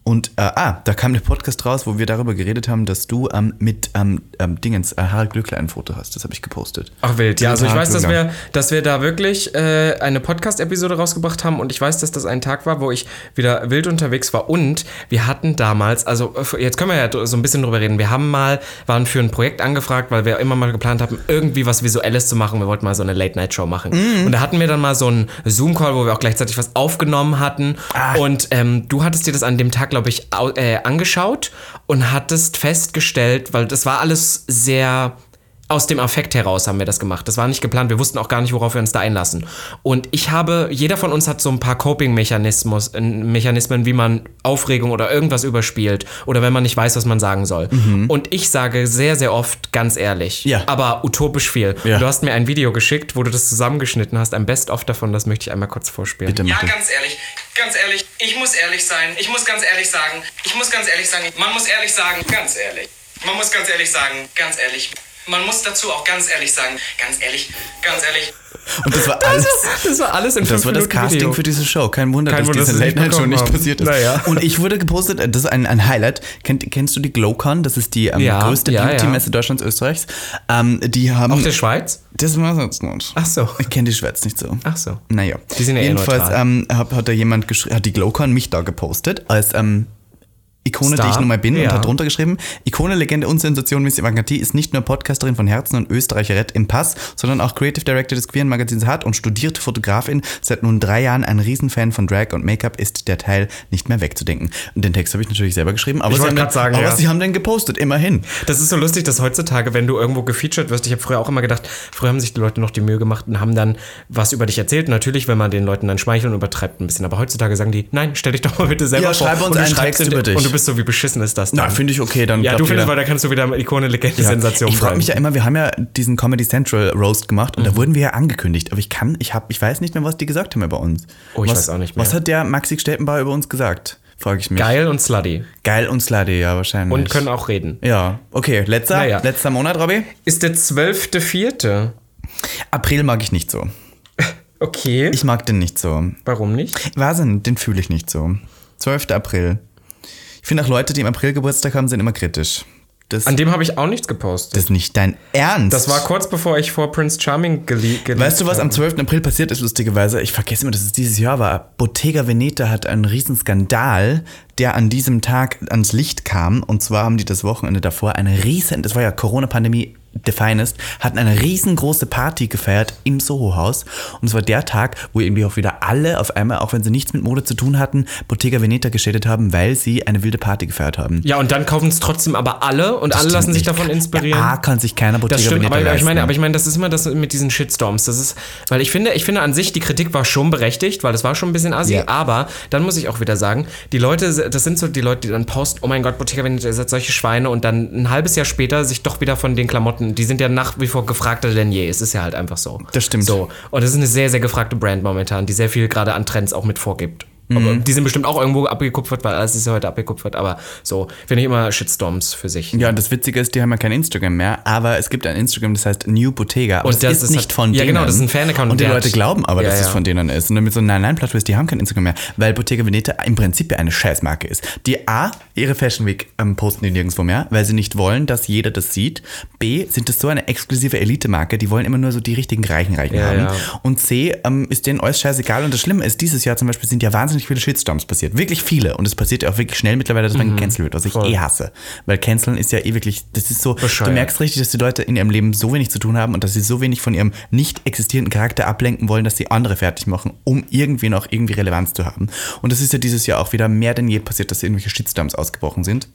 B: Und, äh, ah, da kam der Podcast raus, wo wir darüber geredet haben, dass du ähm, mit ähm, ähm, Dingens äh, Harald Glückler ein Foto hast. Das habe ich gepostet.
A: Ach wild, ja. Also ich
B: Total
A: weiß, dass
B: zugang.
A: wir, dass wir da wirklich äh, eine Podcast-Episode rausgebracht haben und ich weiß, dass das ein Tag war, wo ich wieder wild unterwegs war und wir hatten damals, also äh, jetzt können wir ja dr- so ein bisschen drüber reden, wir haben mal, waren für ein Projekt angefragt, weil wir immer mal geplant haben, irgendwie was Visuelles zu machen. Wir wollten mal so eine Late-Night-Show machen. Und da hatten wir dann mal so einen Zoom-Call, wo wir auch gleichzeitig was aufgenommen hatten und ähm, du hattest dir das an dem Tag, glaube ich, au- äh, angeschaut und hattest festgestellt, weil das war alles sehr aus dem Affekt heraus haben wir das gemacht. Das war nicht geplant. Wir wussten auch gar nicht, worauf wir uns da einlassen. Und ich habe, jeder von uns hat so ein paar Coping-Mechanismus, äh, Mechanismen, wie man Aufregung oder irgendwas überspielt oder wenn man nicht weiß, was man sagen soll. Und ich sage sehr, sehr oft ganz ehrlich,
B: Mhm. Ja.
A: aber utopisch viel.
B: Ja.
A: Und Du hast mir ein Video geschickt, wo du das zusammengeschnitten hast, ein Best-of davon. Das möchte ich einmal kurz vorspielen.
B: Bitte mach
C: Ja,
B: das.
C: ganz ehrlich, ganz ehrlich, ich muss ehrlich sein, ich muss ganz ehrlich sagen, ich muss ganz ehrlich sagen, man muss ehrlich sagen, ganz ehrlich, man muss ganz ehrlich sagen, ganz ehrlich, man muss dazu auch ganz ehrlich sagen, ganz ehrlich, ganz ehrlich.
B: Und das war alles.
A: <laughs> Das war alles in
B: Das war das Casting für diese Show. Kein Wunder,
A: Kein
B: dass
A: Wunder,
B: diese
A: dass es nicht
B: Late Night Show
A: bekommen
B: nicht
A: haben.
B: passiert ist.
A: Naja.
B: Und ich wurde gepostet, äh, das ist ein, ein Highlight. Kennt, kennst du die Glowcon? Das ist die ähm,
A: Ja,
B: größte
A: ja,
B: Beauty-Messe Deutschlands, Österreichs. Ähm, die haben.
A: Auch der Schweiz?
B: das war jetzt nicht.
A: Ach so.
B: Ich kenne die Schweiz nicht so.
A: Ach so.
B: Naja.
A: Die sind ja eher
B: Jedenfalls
A: neutral.
B: ähm, hab, hat da jemand geschrieben, hat die Glowcon mich da gepostet als ähm, Ikone,
A: Star?
B: die ich nun mal bin,
A: Ja.
B: und hat drunter geschrieben, Ikone, Legende und Sensation Miss Ivankanti ist nicht nur Podcasterin von Herzen und Österreicherett im Pass, sondern auch Creative Director des queeren Magazins Hart und studierte Fotografin, seit nun drei Jahren ein Riesenfan von Drag und Make-up ist der Teil nicht mehr wegzudenken. Und den Text habe ich natürlich selber geschrieben, aber,
A: Ich
B: sie
A: wollte
B: haben, den,
A: grad sagen,
B: aber
A: ja.
B: sie haben den gepostet, immerhin.
A: Das ist so lustig, dass heutzutage, wenn du irgendwo gefeatured wirst, ich habe früher auch immer gedacht, früher haben sich die Leute noch die Mühe gemacht und haben dann was über dich erzählt. Natürlich, wenn man den Leuten dann schmeichelt und übertreibt ein bisschen. Aber heutzutage sagen die, nein, stell dich doch mal bitte selber
B: Ja,
A: vor.
B: schreib uns
A: und du
B: einen
A: schreibst
B: Text
A: in-
B: über dich.
A: Und du bist so, wie beschissen ist das
B: Na,
A: denn?
B: finde ich okay, dann
A: ja,
B: glaubt
A: du findest, weil
B: jeder.
A: da kannst du wieder Ikone, Legende, Sensation
B: Ich frage mich ja
A: bleiben. Mhm.
B: immer, wir haben ja diesen Comedy Central Roast gemacht und da wurden wir ja angekündigt. Aber ich kann, ich hab, ich weiß nicht mehr, was die gesagt haben über uns.
A: Oh, ich
B: was,
A: weiß auch nicht mehr.
B: Was hat der Maxi Steltenbauer über uns gesagt? frage ich mich.
A: Geil und slutty.
B: Geil und slutty, ja, wahrscheinlich.
A: Und können auch reden.
B: Ja, okay, letzter,
A: Naja.
B: letzter Monat, Robby.
A: Ist der zwölfte Vierte.
B: April mag ich nicht so.
A: Okay.
B: Ich mag den nicht so.
A: Warum nicht?
B: Weiß ich nicht, den fühle ich nicht so. 12. April. Ich finde auch Leute, die im April Geburtstag haben, sind immer kritisch. Das,
A: An dem habe ich auch nichts gepostet.
B: das ist nicht dein Ernst.
A: Das war kurz bevor ich vor Prince Charming geliebt habe.
B: Weißt du, was am 12. April passiert ist, lustigerweise? Ich vergesse immer, dass es dieses Jahr war. Bottega Veneta hat einen Riesenskandal, der an diesem Tag ans Licht kam. Und zwar haben die das Wochenende davor eine riesen, das war ja Corona-Pandemie the finest, hatten eine riesengroße Party gefeiert im Soho-Haus. Und es war der Tag, wo irgendwie auch wieder alle auf einmal, auch wenn sie nichts mit Mode zu tun hatten, Bottega Veneta geschädigt haben, weil sie eine wilde Party gefeiert haben.
A: Ja, und dann kaufen es trotzdem aber alle und alle lassen sich davon inspirieren.
B: Ja, A, kann sich keiner Bottega
A: Das stimmt,
B: Veneta
A: aber, aber ich meine,
B: leisten.
A: aber ich meine, das ist immer das mit diesen Shitstorms. Das ist, weil ich finde, ich finde an sich die Kritik war schon berechtigt, weil es war schon ein bisschen assi.
B: Ja.
A: Aber dann muss ich auch wieder sagen, die Leute, das sind so die Leute, die dann posten, oh mein Gott, Bottega Veneta, ihr seid solche Schweine und dann ein halbes Jahr später sich doch wieder von den Klamotten, die sind ja nach wie vor gefragter denn je. Es ist ja halt einfach so.
B: Das stimmt.
A: So und das ist eine sehr, sehr gefragte Brand momentan, die sehr viel gerade an Trends auch mit vorgibt.
B: Mhm.
A: Aber die sind bestimmt auch irgendwo abgekupfert, weil alles ist ja heute abgekupfert. Aber so finde ich immer Shitstorms für sich.
B: Ja, und das Witzige ist, die haben ja kein Instagram mehr, aber es gibt ein Instagram, das heißt New Bottega. Aber
A: Und das ist halt- ja, genau, das ist ein Fan-Account,
B: Und die
A: der
B: Leute
A: hat-
B: glauben aber,
A: Ja,
B: dass es
A: ja.
B: von denen ist. Und damit so, nein, nein, Plattwist, die haben kein Instagram mehr, weil Bottega Veneta im Prinzip ja eine Scheißmarke ist. Die A, ihre Fashion Week ähm, posten die nirgendwo mehr, weil sie nicht wollen, dass jeder das sieht. B, sind das so eine exklusive Elite-Marke, die wollen immer nur so die richtigen reichen Reichen
A: Ja,
B: haben.
A: ja.
B: Und C, ähm, ist denen alles scheißegal. Und das Schlimme ist, dieses Jahr zum Beispiel sind ja wahnsinnig viele Shitstorms passiert. Wirklich viele. Und es passiert ja auch wirklich schnell mittlerweile, dass man
A: Mhm.
B: gecancelt wird, was ich eh hasse. Weil canceln ist ja eh wirklich, das ist so,
A: Bescheuert.
B: du merkst richtig, dass die Leute in ihrem Leben so wenig zu tun haben und dass sie so wenig von ihrem nicht existierenden Charakter ablenken wollen, dass sie andere fertig machen, um irgendwie noch irgendwie Relevanz zu haben. Und das ist ja dieses Jahr auch wieder mehr denn je passiert, dass irgendwelche Shitstorms ausgebrochen sind.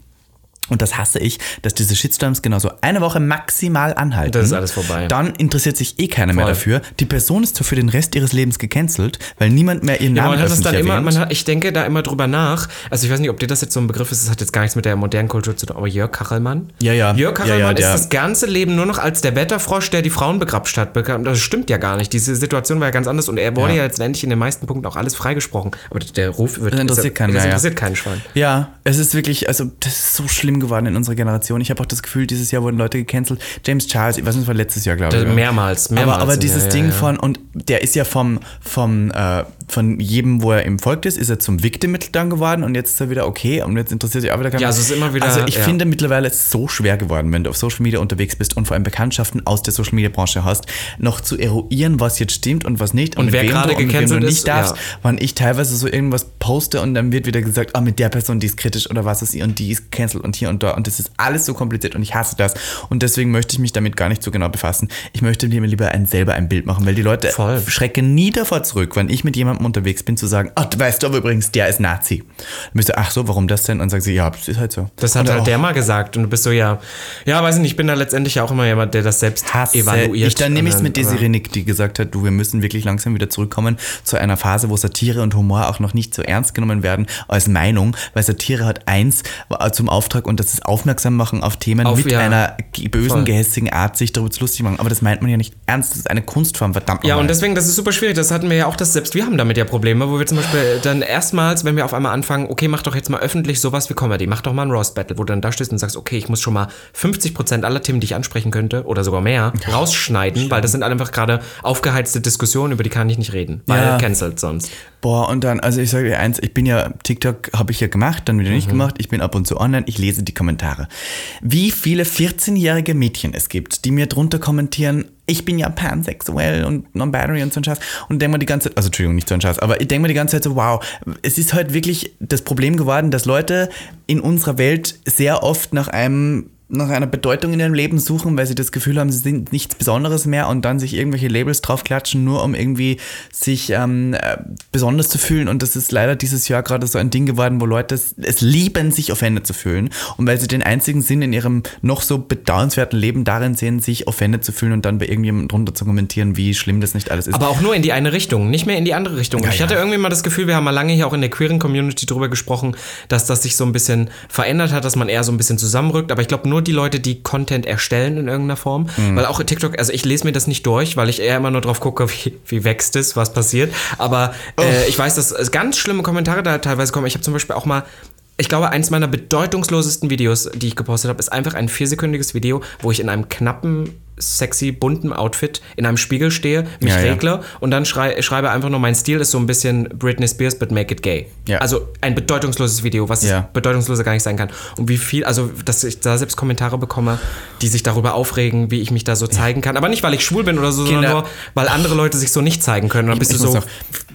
B: Und das hasse ich, dass diese Shitstorms genauso eine Woche maximal anhalten.
A: Das ist alles vorbei.
B: Dann interessiert sich eh keiner mehr
A: Voll.
B: dafür. Die Person ist für den Rest ihres Lebens gecancelt, weil niemand mehr ihren
A: Ja,
B: Namen
A: man hat es
B: öffentlich
A: dann immer,
B: erwähnt.
A: man hat, ich denke da immer drüber nach. Also ich weiß nicht, ob dir das jetzt so ein Begriff ist, das hat jetzt gar nichts mit der modernen Kultur zu tun, aber Jörg Kachelmann.
B: Ja, ja.
A: Jörg
B: Ja, ja,
A: Kachelmann
B: der-
A: ist das ganze Leben nur noch als der Wetterfrosch, der die Frauen begrapscht hat. bekannt. Das stimmt ja gar nicht. Diese Situation war ja ganz anders und er wurde
B: Ja.
A: ja, letztendlich in den meisten Punkten auch alles freigesprochen. Aber der Ruf wird
B: Das interessiert keinen
A: das
B: mehr, ja.
A: interessiert keinen Schwein.
B: Ja, es ist wirklich, also das ist so schlimm geworden in unserer Generation. Ich habe auch das Gefühl, dieses Jahr wurden Leute gecancelt. James Charles, ich weiß nicht, das war letztes Jahr, glaube ich.
A: Das-
B: oder?
A: mehrmals, mehrmals,
B: Aber, aber
A: ja,
B: dieses
A: ja,
B: Ding
A: ja.
B: von, und der ist ja vom, vom, äh, von jedem, wo er ihm folgt ist, ist er zum Victim dann geworden und jetzt ist er wieder okay und jetzt interessiert sich auch wieder keiner.
A: Ja, also es ist immer wieder-
B: Also ich
A: ja.
B: finde mittlerweile ist es so schwer geworden, wenn du auf Social Media unterwegs bist und vor allem Bekanntschaften aus der Social Media Branche hast, noch zu eruieren, was jetzt stimmt und was nicht und, mit
A: wer
B: wem
A: gerade
B: du, und mit wem du
A: gecancelt
B: nicht
A: ist,
B: darfst
A: ja.
B: wann ich teilweise so irgendwas poste und dann wird wieder gesagt, ah, mit der Person, die ist kritisch oder was ist sie und die ist cancelled und hier und da und das ist alles so kompliziert und ich hasse das und deswegen möchte ich mich damit gar nicht so genau befassen. Ich möchte mir lieber ein, selber ein Bild machen, weil die Leute
A: Voll.
B: schrecken nie davor zurück, wenn ich mit jemandem unterwegs bin, zu sagen, ah, du weißt du aber übrigens, der ist Nazi. Dann bist du, ach so, warum das denn? Und sagen sie, ja, das ist halt so.
A: Das hat
B: und
A: halt der mal gesagt und du bist so, ja, ja, weiß ich nicht, ich bin da letztendlich ja auch immer jemand, der das selbst
B: hasse
A: evaluiert. Ähm,
B: Ich dann nehme ich es mit
A: Und dann-
B: Desiree Nick, die gesagt hat, du, wir müssen wirklich langsam wieder zurückkommen zu einer Phase, wo Satire und Humor auch noch nicht so ernst genommen werden als Meinung, weil Satire hat eins äh, zum Auftrag und das ist aufmerksam machen auf Themen
A: Auf-
B: mit
A: ja.
B: einer ge- bösen,
A: Voll.
B: gehässigen Art, sich darüber zu lustig machen. Aber das meint man ja nicht ernst, das ist eine Kunstform, verdammt
A: Ja,
B: nochmal.
A: und deswegen, das ist super schwierig. Das hatten wir ja auch, dass selbst wir haben damit ja Probleme, wo wir zum Beispiel dann erstmals, wenn wir auf einmal anfangen, okay, mach doch jetzt mal öffentlich sowas wie Comedy, mach doch mal ein Roast Battle, wo du dann da stehst und sagst, okay, ich muss schon mal 50% aller Themen, die ich ansprechen könnte, oder sogar mehr, rausschneiden, weil das sind einfach gerade aufgeheizte Diskussionen, über die kann ich nicht reden, weil
B: Ja.
A: cancelt sonst.
B: Boah, und dann, also ich sage dir eins, ich bin ja, TikTok habe ich ja gemacht, dann wieder nicht gemacht, ich bin ab und zu online, ich lese die Kommentare. Wie viele 14-jährige Mädchen es gibt, die mir drunter kommentieren, ich bin ja pansexuell und non-binary und so ein Scheiß und denke mir die ganze Zeit, also Entschuldigung, nicht so ein Scheiß, aber ich denke mir die ganze Zeit so, wow, es ist halt wirklich das Problem geworden, dass Leute in unserer Welt sehr oft nach einem nach einer Bedeutung in ihrem Leben suchen, weil sie das Gefühl haben, sie sind nichts Besonderes mehr und dann sich irgendwelche Labels draufklatschen, nur um irgendwie sich ähm, äh, besonders zu fühlen. Und das ist leider dieses Jahr gerade so ein Ding geworden, wo Leute es, es lieben, sich offended zu fühlen. Und weil sie den einzigen Sinn in ihrem noch so bedauernswerten Leben darin sehen, sich offended zu fühlen und dann bei irgendjemandem drunter zu kommentieren, wie schlimm das nicht alles ist.
A: Aber auch nur in die eine Richtung, nicht mehr in die andere Richtung. ich hatte irgendwie mal das Gefühl, wir haben mal lange hier auch in der queeren Community drüber gesprochen, dass das sich so ein bisschen verändert hat, dass man eher so ein bisschen zusammenrückt. Aber ich glaube, nur nur die Leute, die Content erstellen in irgendeiner Form. Weil auch TikTok, also ich lese mir das nicht durch, weil ich eher immer nur drauf gucke, <laughs> wie, wie wächst es, was passiert. Aber äh, ich weiß, dass es ganz schlimme Kommentare da teilweise kommen. Ich habe zum Beispiel auch mal. Ich glaube, eins meiner bedeutungslosesten Videos, die ich gepostet habe, ist einfach ein viersekündiges Video, wo ich in einem knappen, sexy, bunten Outfit in einem Spiegel stehe, mich
B: Ja, ja.
A: regle und dann schrei schreibe einfach nur, mein Stil ist so ein bisschen Britney Spears, but make it gay.
B: Ja.
A: Also ein bedeutungsloses Video, was
B: Ja.
A: bedeutungsloser gar nicht sein kann. Und wie viel, also dass ich da selbst Kommentare bekomme, die sich darüber aufregen, wie ich mich da so zeigen kann. Aber nicht, weil ich schwul bin oder so, sondern
B: Kinder.
A: nur, weil andere Leute sich so nicht zeigen können. Und dann bist
B: ich
A: du
B: muss
A: so,
B: noch-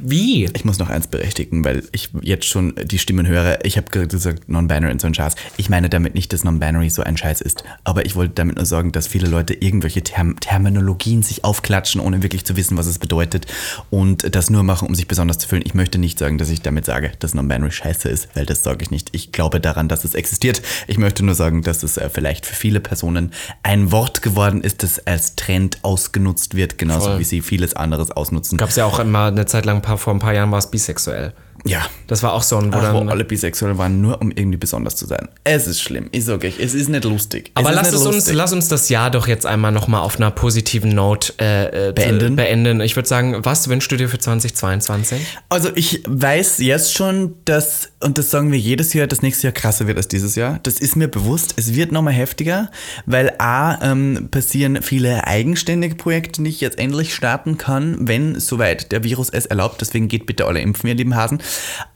A: wie?
B: Ich muss noch eins berechtigen, weil ich jetzt schon die Stimmen höre. Ich habe gerade gesagt, Non-Binary und so ein Scheiß. Ich meine damit nicht, dass Non-Binary so ein Scheiß ist. Aber ich wollte damit nur sagen, dass viele Leute irgendwelche Term Terminologien sich aufklatschen, ohne wirklich zu wissen, was es bedeutet. Und das nur machen, um sich besonders zu fühlen. Ich möchte nicht sagen, dass ich damit sage, dass Non-Binary scheiße ist, weil das sage ich nicht. Ich glaube daran, dass es existiert. Ich möchte nur sagen, dass es äh, vielleicht für viele Personen ein Wort geworden ist, das als Trend ausgenutzt wird, genauso
A: Voll.
B: wie sie vieles anderes ausnutzen.
A: Gab es ja auch immer eine Zeit lang, ein paar, vor ein paar Jahren war es bisexuell.
B: Ja.
A: Das war auch so ein, wo
B: Ach, wo
A: dann,
B: alle bisexuell waren, nur um irgendwie besonders zu sein. Es ist schlimm, ich sage euch, es ist nicht lustig.
A: Aber
B: ist
A: lass,
B: nicht
A: es uns,
B: lustig.
A: lass uns das Jahr doch jetzt einmal nochmal auf einer positiven Note äh, äh,
B: Beenden?
A: beenden. Ich würde sagen, was wünschst du dir für 2022?
B: Also ich weiß jetzt schon, dass, und das sagen wir jedes Jahr, das nächste Jahr krasser wird als dieses Jahr. Das ist mir bewusst. Es wird nochmal heftiger, weil A, ähm, passieren viele eigenständige Projekte, die ich jetzt endlich starten kann, wenn soweit der Virus es erlaubt. Deswegen geht bitte alle impfen, ihr lieben Hasen.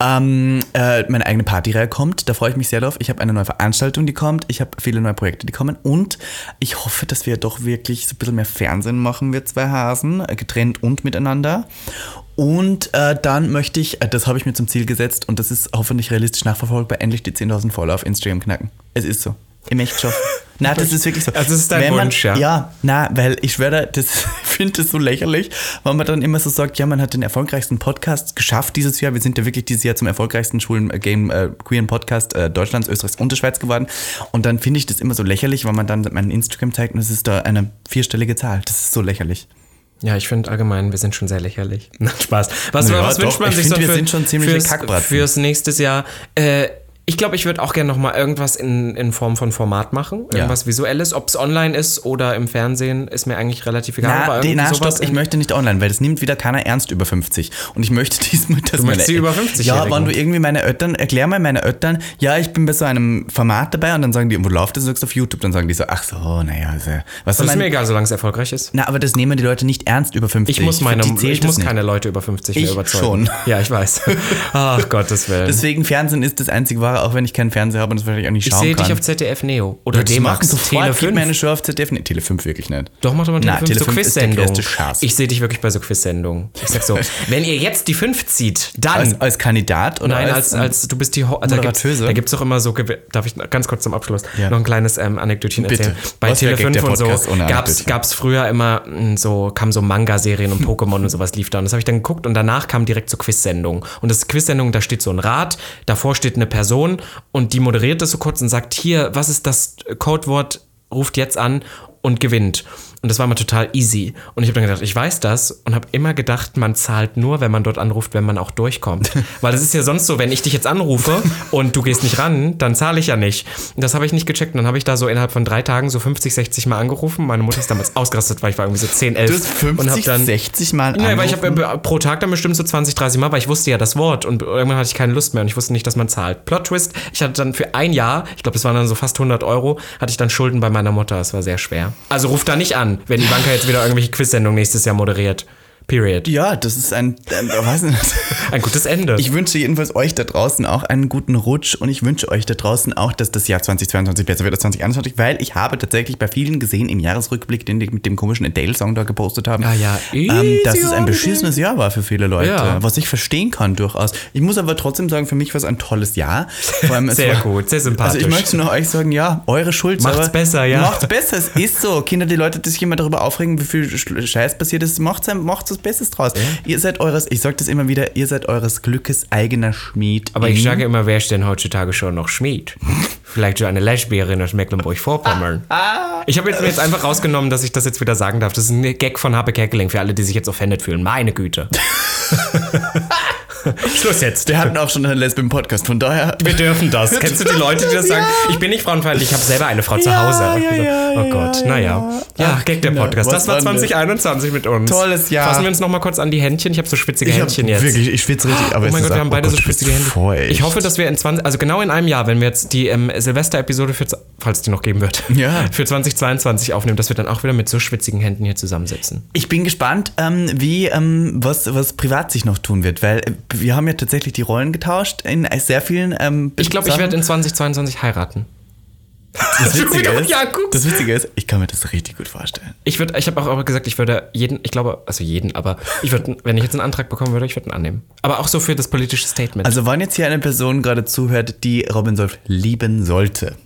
B: Ähm, äh, meine eigene Partyreihe kommt, da freue ich mich sehr drauf. Ich habe eine neue Veranstaltung, die kommt. Ich habe viele neue Projekte, die kommen. Und ich hoffe, dass wir doch wirklich so ein bisschen mehr Fernsehen machen, wir zwei Hasen, äh, getrennt und miteinander. Und äh, dann möchte ich, äh, das habe ich mir zum Ziel gesetzt und das ist hoffentlich realistisch nachverfolgbar, endlich die 10.000 Follower auf Instagram knacken. Es ist so. Ich möchte
A: <laughs>
B: schon. Na, das ist wirklich so.
A: Also es ist dein
B: Wenn man,
A: Wunsch, ja.
B: Ja, na, weil ich schwöre, das <laughs> finde das so lächerlich, weil man dann immer so sagt, ja, man hat den erfolgreichsten Podcast geschafft dieses Jahr. Wir sind ja wirklich dieses Jahr zum erfolgreichsten schwulen äh, Game äh, Queeren Podcast äh, Deutschlands, Österreichs und der Schweiz geworden. Und dann finde ich das immer so lächerlich, weil man dann meinen Instagram zeigt und es ist da eine vierstellige Zahl. Das ist so lächerlich.
A: Ja, ich finde allgemein, wir sind schon sehr lächerlich. <laughs> Na, Spaß. Was,
B: Ja,
A: was
B: doch,
A: wünscht man
B: ich
A: sich
B: find,
A: so
B: wir
A: für,
B: sind schon ziemliche
A: fürs,
B: Kackbratzen.
A: fürs nächstes Jahr? Äh, ich glaube, ich würde auch gerne nochmal irgendwas in, in Form von Format machen. Irgendwas Visuelles. Ob es online ist oder im Fernsehen, ist mir eigentlich relativ egal.
B: Na,
A: aber
B: die,
A: irgendwie
B: na
A: sowas
B: stopp, ich
A: in-
B: möchte nicht online, weil das nimmt wieder keiner ernst über 50. Und ich möchte <laughs> diesmal, dass du
A: möchtest die über 50-Jährigen?
B: Ja, wenn du irgendwie meine Eltern, erklär mal meine Eltern, ja, ich bin bei so einem Format dabei und dann sagen die, und wo läuft das? Und sagst du auf YouTube, dann sagen die so, ach so, naja, also, was
A: Das ist
B: mein-
A: mir egal, solange es erfolgreich ist.
B: Na, aber das nehmen die Leute nicht ernst über 50.
A: Ich muss meine,
B: Für die zählt
A: ich muss
B: das nicht.
A: keine Leute über 50 mehr
B: Ich
A: überzeugen.
B: schon.
A: <laughs> Ja, ich
B: <laughs>
A: weiß. Ach Gottes Willen.
B: Deswegen Fernsehen ist das einzig wahre, auch wenn ich keinen Fernseher habe und das wahrscheinlich auch nicht
A: ich
B: schauen
A: sehe
B: kann.
A: dich auf ZDF Neo oder
B: das machen
A: D-Max, Tele
B: sofort, gib
A: 5.
B: meine Show auf ZDF. Nee, Tele 5 wirklich nicht.
A: Doch, macht doch mal
B: Na,
A: Tele 5 so
B: Tele5 ist der
A: Quiz-Sendung.
B: größte Schatz.
A: Ich sehe dich wirklich bei so Quiz-Sendungen. Ich sag so,
B: <laughs>
A: wenn ihr jetzt die 5 zieht, dann.
B: Als, als Kandidat oder ähm,
A: Nein, als, als du bist die Ho also,
B: Moderatöse.
A: Da gibt es doch immer so, gew- darf ich ganz kurz zum Abschluss
B: Ja.
A: noch ein kleines ähm, Anekdötchen
B: Bitte.
A: erzählen. Bei
B: Was wär Gag,
A: Tele5
B: der
A: und so
B: Podcast ohne
A: gab's,
B: Anekdötchen?
A: gab's früher immer mh, so, kamen so Manga-Serien
B: <laughs>
A: und Pokémon und sowas lief da. Und das habe ich dann geguckt und danach kam direkt zur Quiz-Sendung. Und das Quiz-Sendung, da steht so ein Rad, davor steht eine Person und die moderiert das so kurz und sagt, hier, was ist das Codewort, ruft jetzt an und gewinnt. Und das war immer total easy. Und ich habe dann gedacht, ich weiß das und habe immer gedacht, man zahlt nur, wenn man dort anruft, wenn man auch
B: <laughs>
A: durchkommt. Weil es ist ja sonst so, wenn ich dich jetzt anrufe und du gehst nicht ran, dann zahle ich ja nicht. Und das habe ich nicht gecheckt. Und dann habe ich da so innerhalb von drei Tagen so 50, 60 Mal angerufen. Meine Mutter ist damals ausgerastet, weil ich war irgendwie so 10, 11.
B: Du hast
A: und hab
B: 50,
A: dann,
B: 60 Mal
A: Nein, weil ich
B: angerufen?
A: habe pro Tag dann bestimmt so 20, 30 Mal, weil ich wusste ja das Wort und irgendwann hatte ich keine Lust mehr und ich wusste nicht, dass man zahlt. Plot Twist, ich hatte dann für ein Jahr, ich glaube, das waren dann so fast 100 Euro, hatte ich dann Schulden bei meiner Mutter. Das war sehr schwer. Also ruft da nicht an, wenn Ivanka jetzt wieder irgendwelche Quiz-Sendungen nächstes Jahr moderiert. Period.
B: Ja, das ist ein, ähm, weiß nicht.
A: Ein gutes Ende.
B: Ich wünsche jedenfalls euch da draußen auch einen guten Rutsch und ich wünsche euch da draußen auch, dass das Jahr 2022 besser wird als 2021, weil ich habe tatsächlich bei vielen gesehen im Jahresrückblick, den die mit dem komischen Adele-Song da gepostet haben,
A: Ah ja.
B: ähm, dass
A: Easy
B: es
A: on
B: ein beschissenes Jahr war für viele Leute,
A: Ja.
B: was ich verstehen kann durchaus. Ich muss aber trotzdem sagen, für mich war es ein tolles Jahr. Vor allem, es
A: sehr
B: war-
A: gut, sehr sympathisch.
B: Also ich möchte nur euch sagen, ja, eure Schuld.
A: Macht's
B: aber-
A: besser, ja.
B: Macht's besser, es ist so. Kinder, die Leute, die sich immer darüber aufregen, wie viel Sch- Scheiß passiert ist, macht's, ein- macht's was Besseres draus. Ihr seid eures, ich sag das immer wieder, ihr seid eures Glückes eigener Schmied. Mhm.
A: aber ich sage immer, wer ist denn heutzutage schon noch Schmied? Vielleicht so eine Lesbierin aus Mecklenburg-Vorpommern. Ich habe jetzt mir jetzt einfach rausgenommen, dass ich das jetzt wieder sagen darf. Das ist ein Gag von Habe Kerkeling für alle, die sich jetzt offended fühlen. Meine Güte. Schluss jetzt.
B: Wir hatten auch schon einen Lesben-Podcast, von daher.
A: Wir dürfen
B: <laughs>
A: das. Kennst du die Leute, die das sagen? Ich bin nicht frauenfeindlich, ich habe selber eine Frau zu
B: Ja,
A: Hause.
B: ja,
A: Also,
B: ja,
A: oh
B: ja,
A: Gott,
B: ja.
A: naja. Ja,
B: Ach,
A: Gag der
B: Kinder,
A: Podcast.
B: was
A: Das war
B: waren wir?
A: 2021 mit uns.
B: Tolles Jahr.
A: Fassen wir uns nochmal kurz an die Händchen. Ich habe so schwitzige
B: Ich hab
A: Händchen jetzt.
B: Wirklich, ich schwitze richtig. Aber
A: Oh
B: es
A: mein
B: ist
A: Gott, wir
B: auch-
A: haben
B: oh
A: beide
B: Gott,
A: so
B: du bist
A: schwitzige Hände.
B: feucht.
A: Ich hoffe, dass wir in 20, also genau in einem Jahr, wenn wir jetzt die ähm, Silvester-Episode für, z- falls die noch geben wird,
B: Ja.
A: <laughs> für 2022 aufnehmen, dass wir dann auch wieder mit so schwitzigen Händen hier zusammensitzen.
B: Ich bin gespannt, ähm, wie ähm, was, was privat sich noch tun wird, weil äh, wir haben ja tatsächlich die Rollen getauscht in äh, sehr vielen. Ähm,
A: Ich glaube, ich
B: Sachen.
A: werde in 2022 heiraten.
B: das Witzige,
A: wieder-
B: ist,
A: Ja, guck.
B: das Witzige ist, ich kann mir das richtig gut vorstellen.
A: Ich würde, ich habe auch aber gesagt, ich würde jeden, ich glaube, also jeden, aber ich würde,
B: <laughs>
A: wenn ich jetzt einen Antrag bekommen würde, ich würde ihn annehmen. Aber auch so für das politische Statement.
B: Also wenn jetzt hier eine Person gerade zuhört, die Robin Solf lieben sollte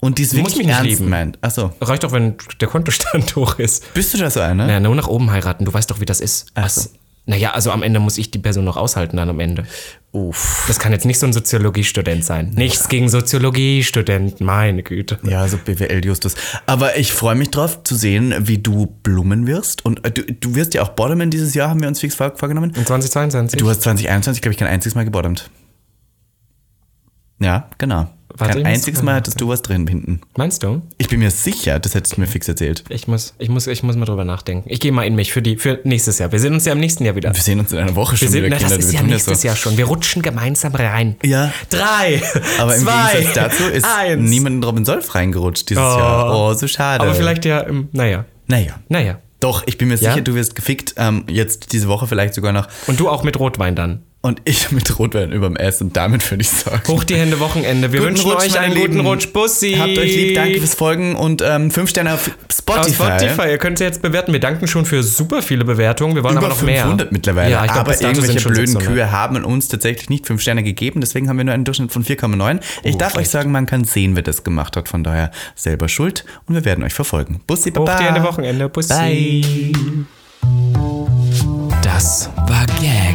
B: und dies
A: musst
B: wirklich
A: mich nicht
B: ernst
A: lieben.
B: meint. Achso,
A: Reicht doch, wenn der Kontostand <laughs> hoch ist.
B: bist du da so eine?
A: Naja, nur nach oben heiraten, du weißt doch, wie das ist.
B: Ach so.
A: Was? Naja, also am Ende muss ich die Person noch aushalten, dann am Ende.
B: Uff.
A: Das kann jetzt nicht so ein Soziologiestudent sein. Nichts gegen Soziologiestudenten, meine Güte.
B: Ja, so BWL Justus. Aber ich freue mich drauf zu sehen, wie du Blumen wirst. Und äh, du, du wirst ja auch Bottomen dieses Jahr, haben wir uns fix vor, vorgenommen.
A: In 2022.
B: Du hast 2021, glaube ich, kein einziges Mal gebottomt. Ja, genau.
A: Warte, ich
B: kein
A: muss
B: einziges Mal hattest du was drin hinten.
A: Meinst du?
B: Ich bin mir sicher, das hättest du mir fix erzählt.
A: Ich muss, ich muss, ich muss mal drüber nachdenken. Ich gehe mal in mich für die, für nächstes Jahr. Wir sehen uns ja im nächsten Jahr wieder.
B: Wir sehen uns in einer Woche schon
A: Wir sind,
B: wieder,
A: na, das
B: Kinder.
A: ist
B: wir
A: ja
B: tun das
A: nächstes
B: so.
A: Jahr schon. Wir rutschen gemeinsam rein.
B: Ja.
A: Drei.
B: Aber im
A: zwei,
B: Gegensatz dazu ist
A: eins.
B: niemand in Robin Solf reingerutscht dieses
A: Oh.
B: Jahr. Oh, so schade.
A: Aber vielleicht ja, im, naja,
B: Naja.
A: naja.
B: Doch, ich bin mir
A: Ja?
B: sicher, du wirst gefickt. Ähm, jetzt diese Woche vielleicht sogar noch.
A: Und du auch mit Rotwein dann.
B: Und ich <laughs> mit Rotwein überm S. Und damit würde ich sagen.
A: Hoch die Hände Wochenende. Wir
B: Guten
A: wünschen
B: Rutsch,
A: euch
B: meine
A: einen guten
B: Lieben.
A: Rutsch. Bussi.
B: Habt euch lieb, danke fürs Folgen und ähm, 5 Sterne auf Spotify.
A: Spotify. Spotify, ihr könnt sie jetzt bewerten. Wir danken schon für super viele Bewertungen. Wir wollen
B: Über
A: aber noch
B: 500
A: mehr.
B: mittlerweile.
A: Ja, ich glaub,
B: aber
A: bis dato sind
B: irgendwelche
A: schon
B: blöden
A: 600.
B: Kühe haben uns tatsächlich nicht 5 Sterne gegeben. Deswegen haben wir nur einen Durchschnitt von 4,9.
A: Oh,
B: Ich darf euch sagen, man kann sehen, wer das gemacht hat. Von daher selber schuld. Und wir werden euch verfolgen. Bussi,
A: Hoch
B: baba.
A: die Hände Wochenende. Bussi.
B: Bye.
A: Das war Gag.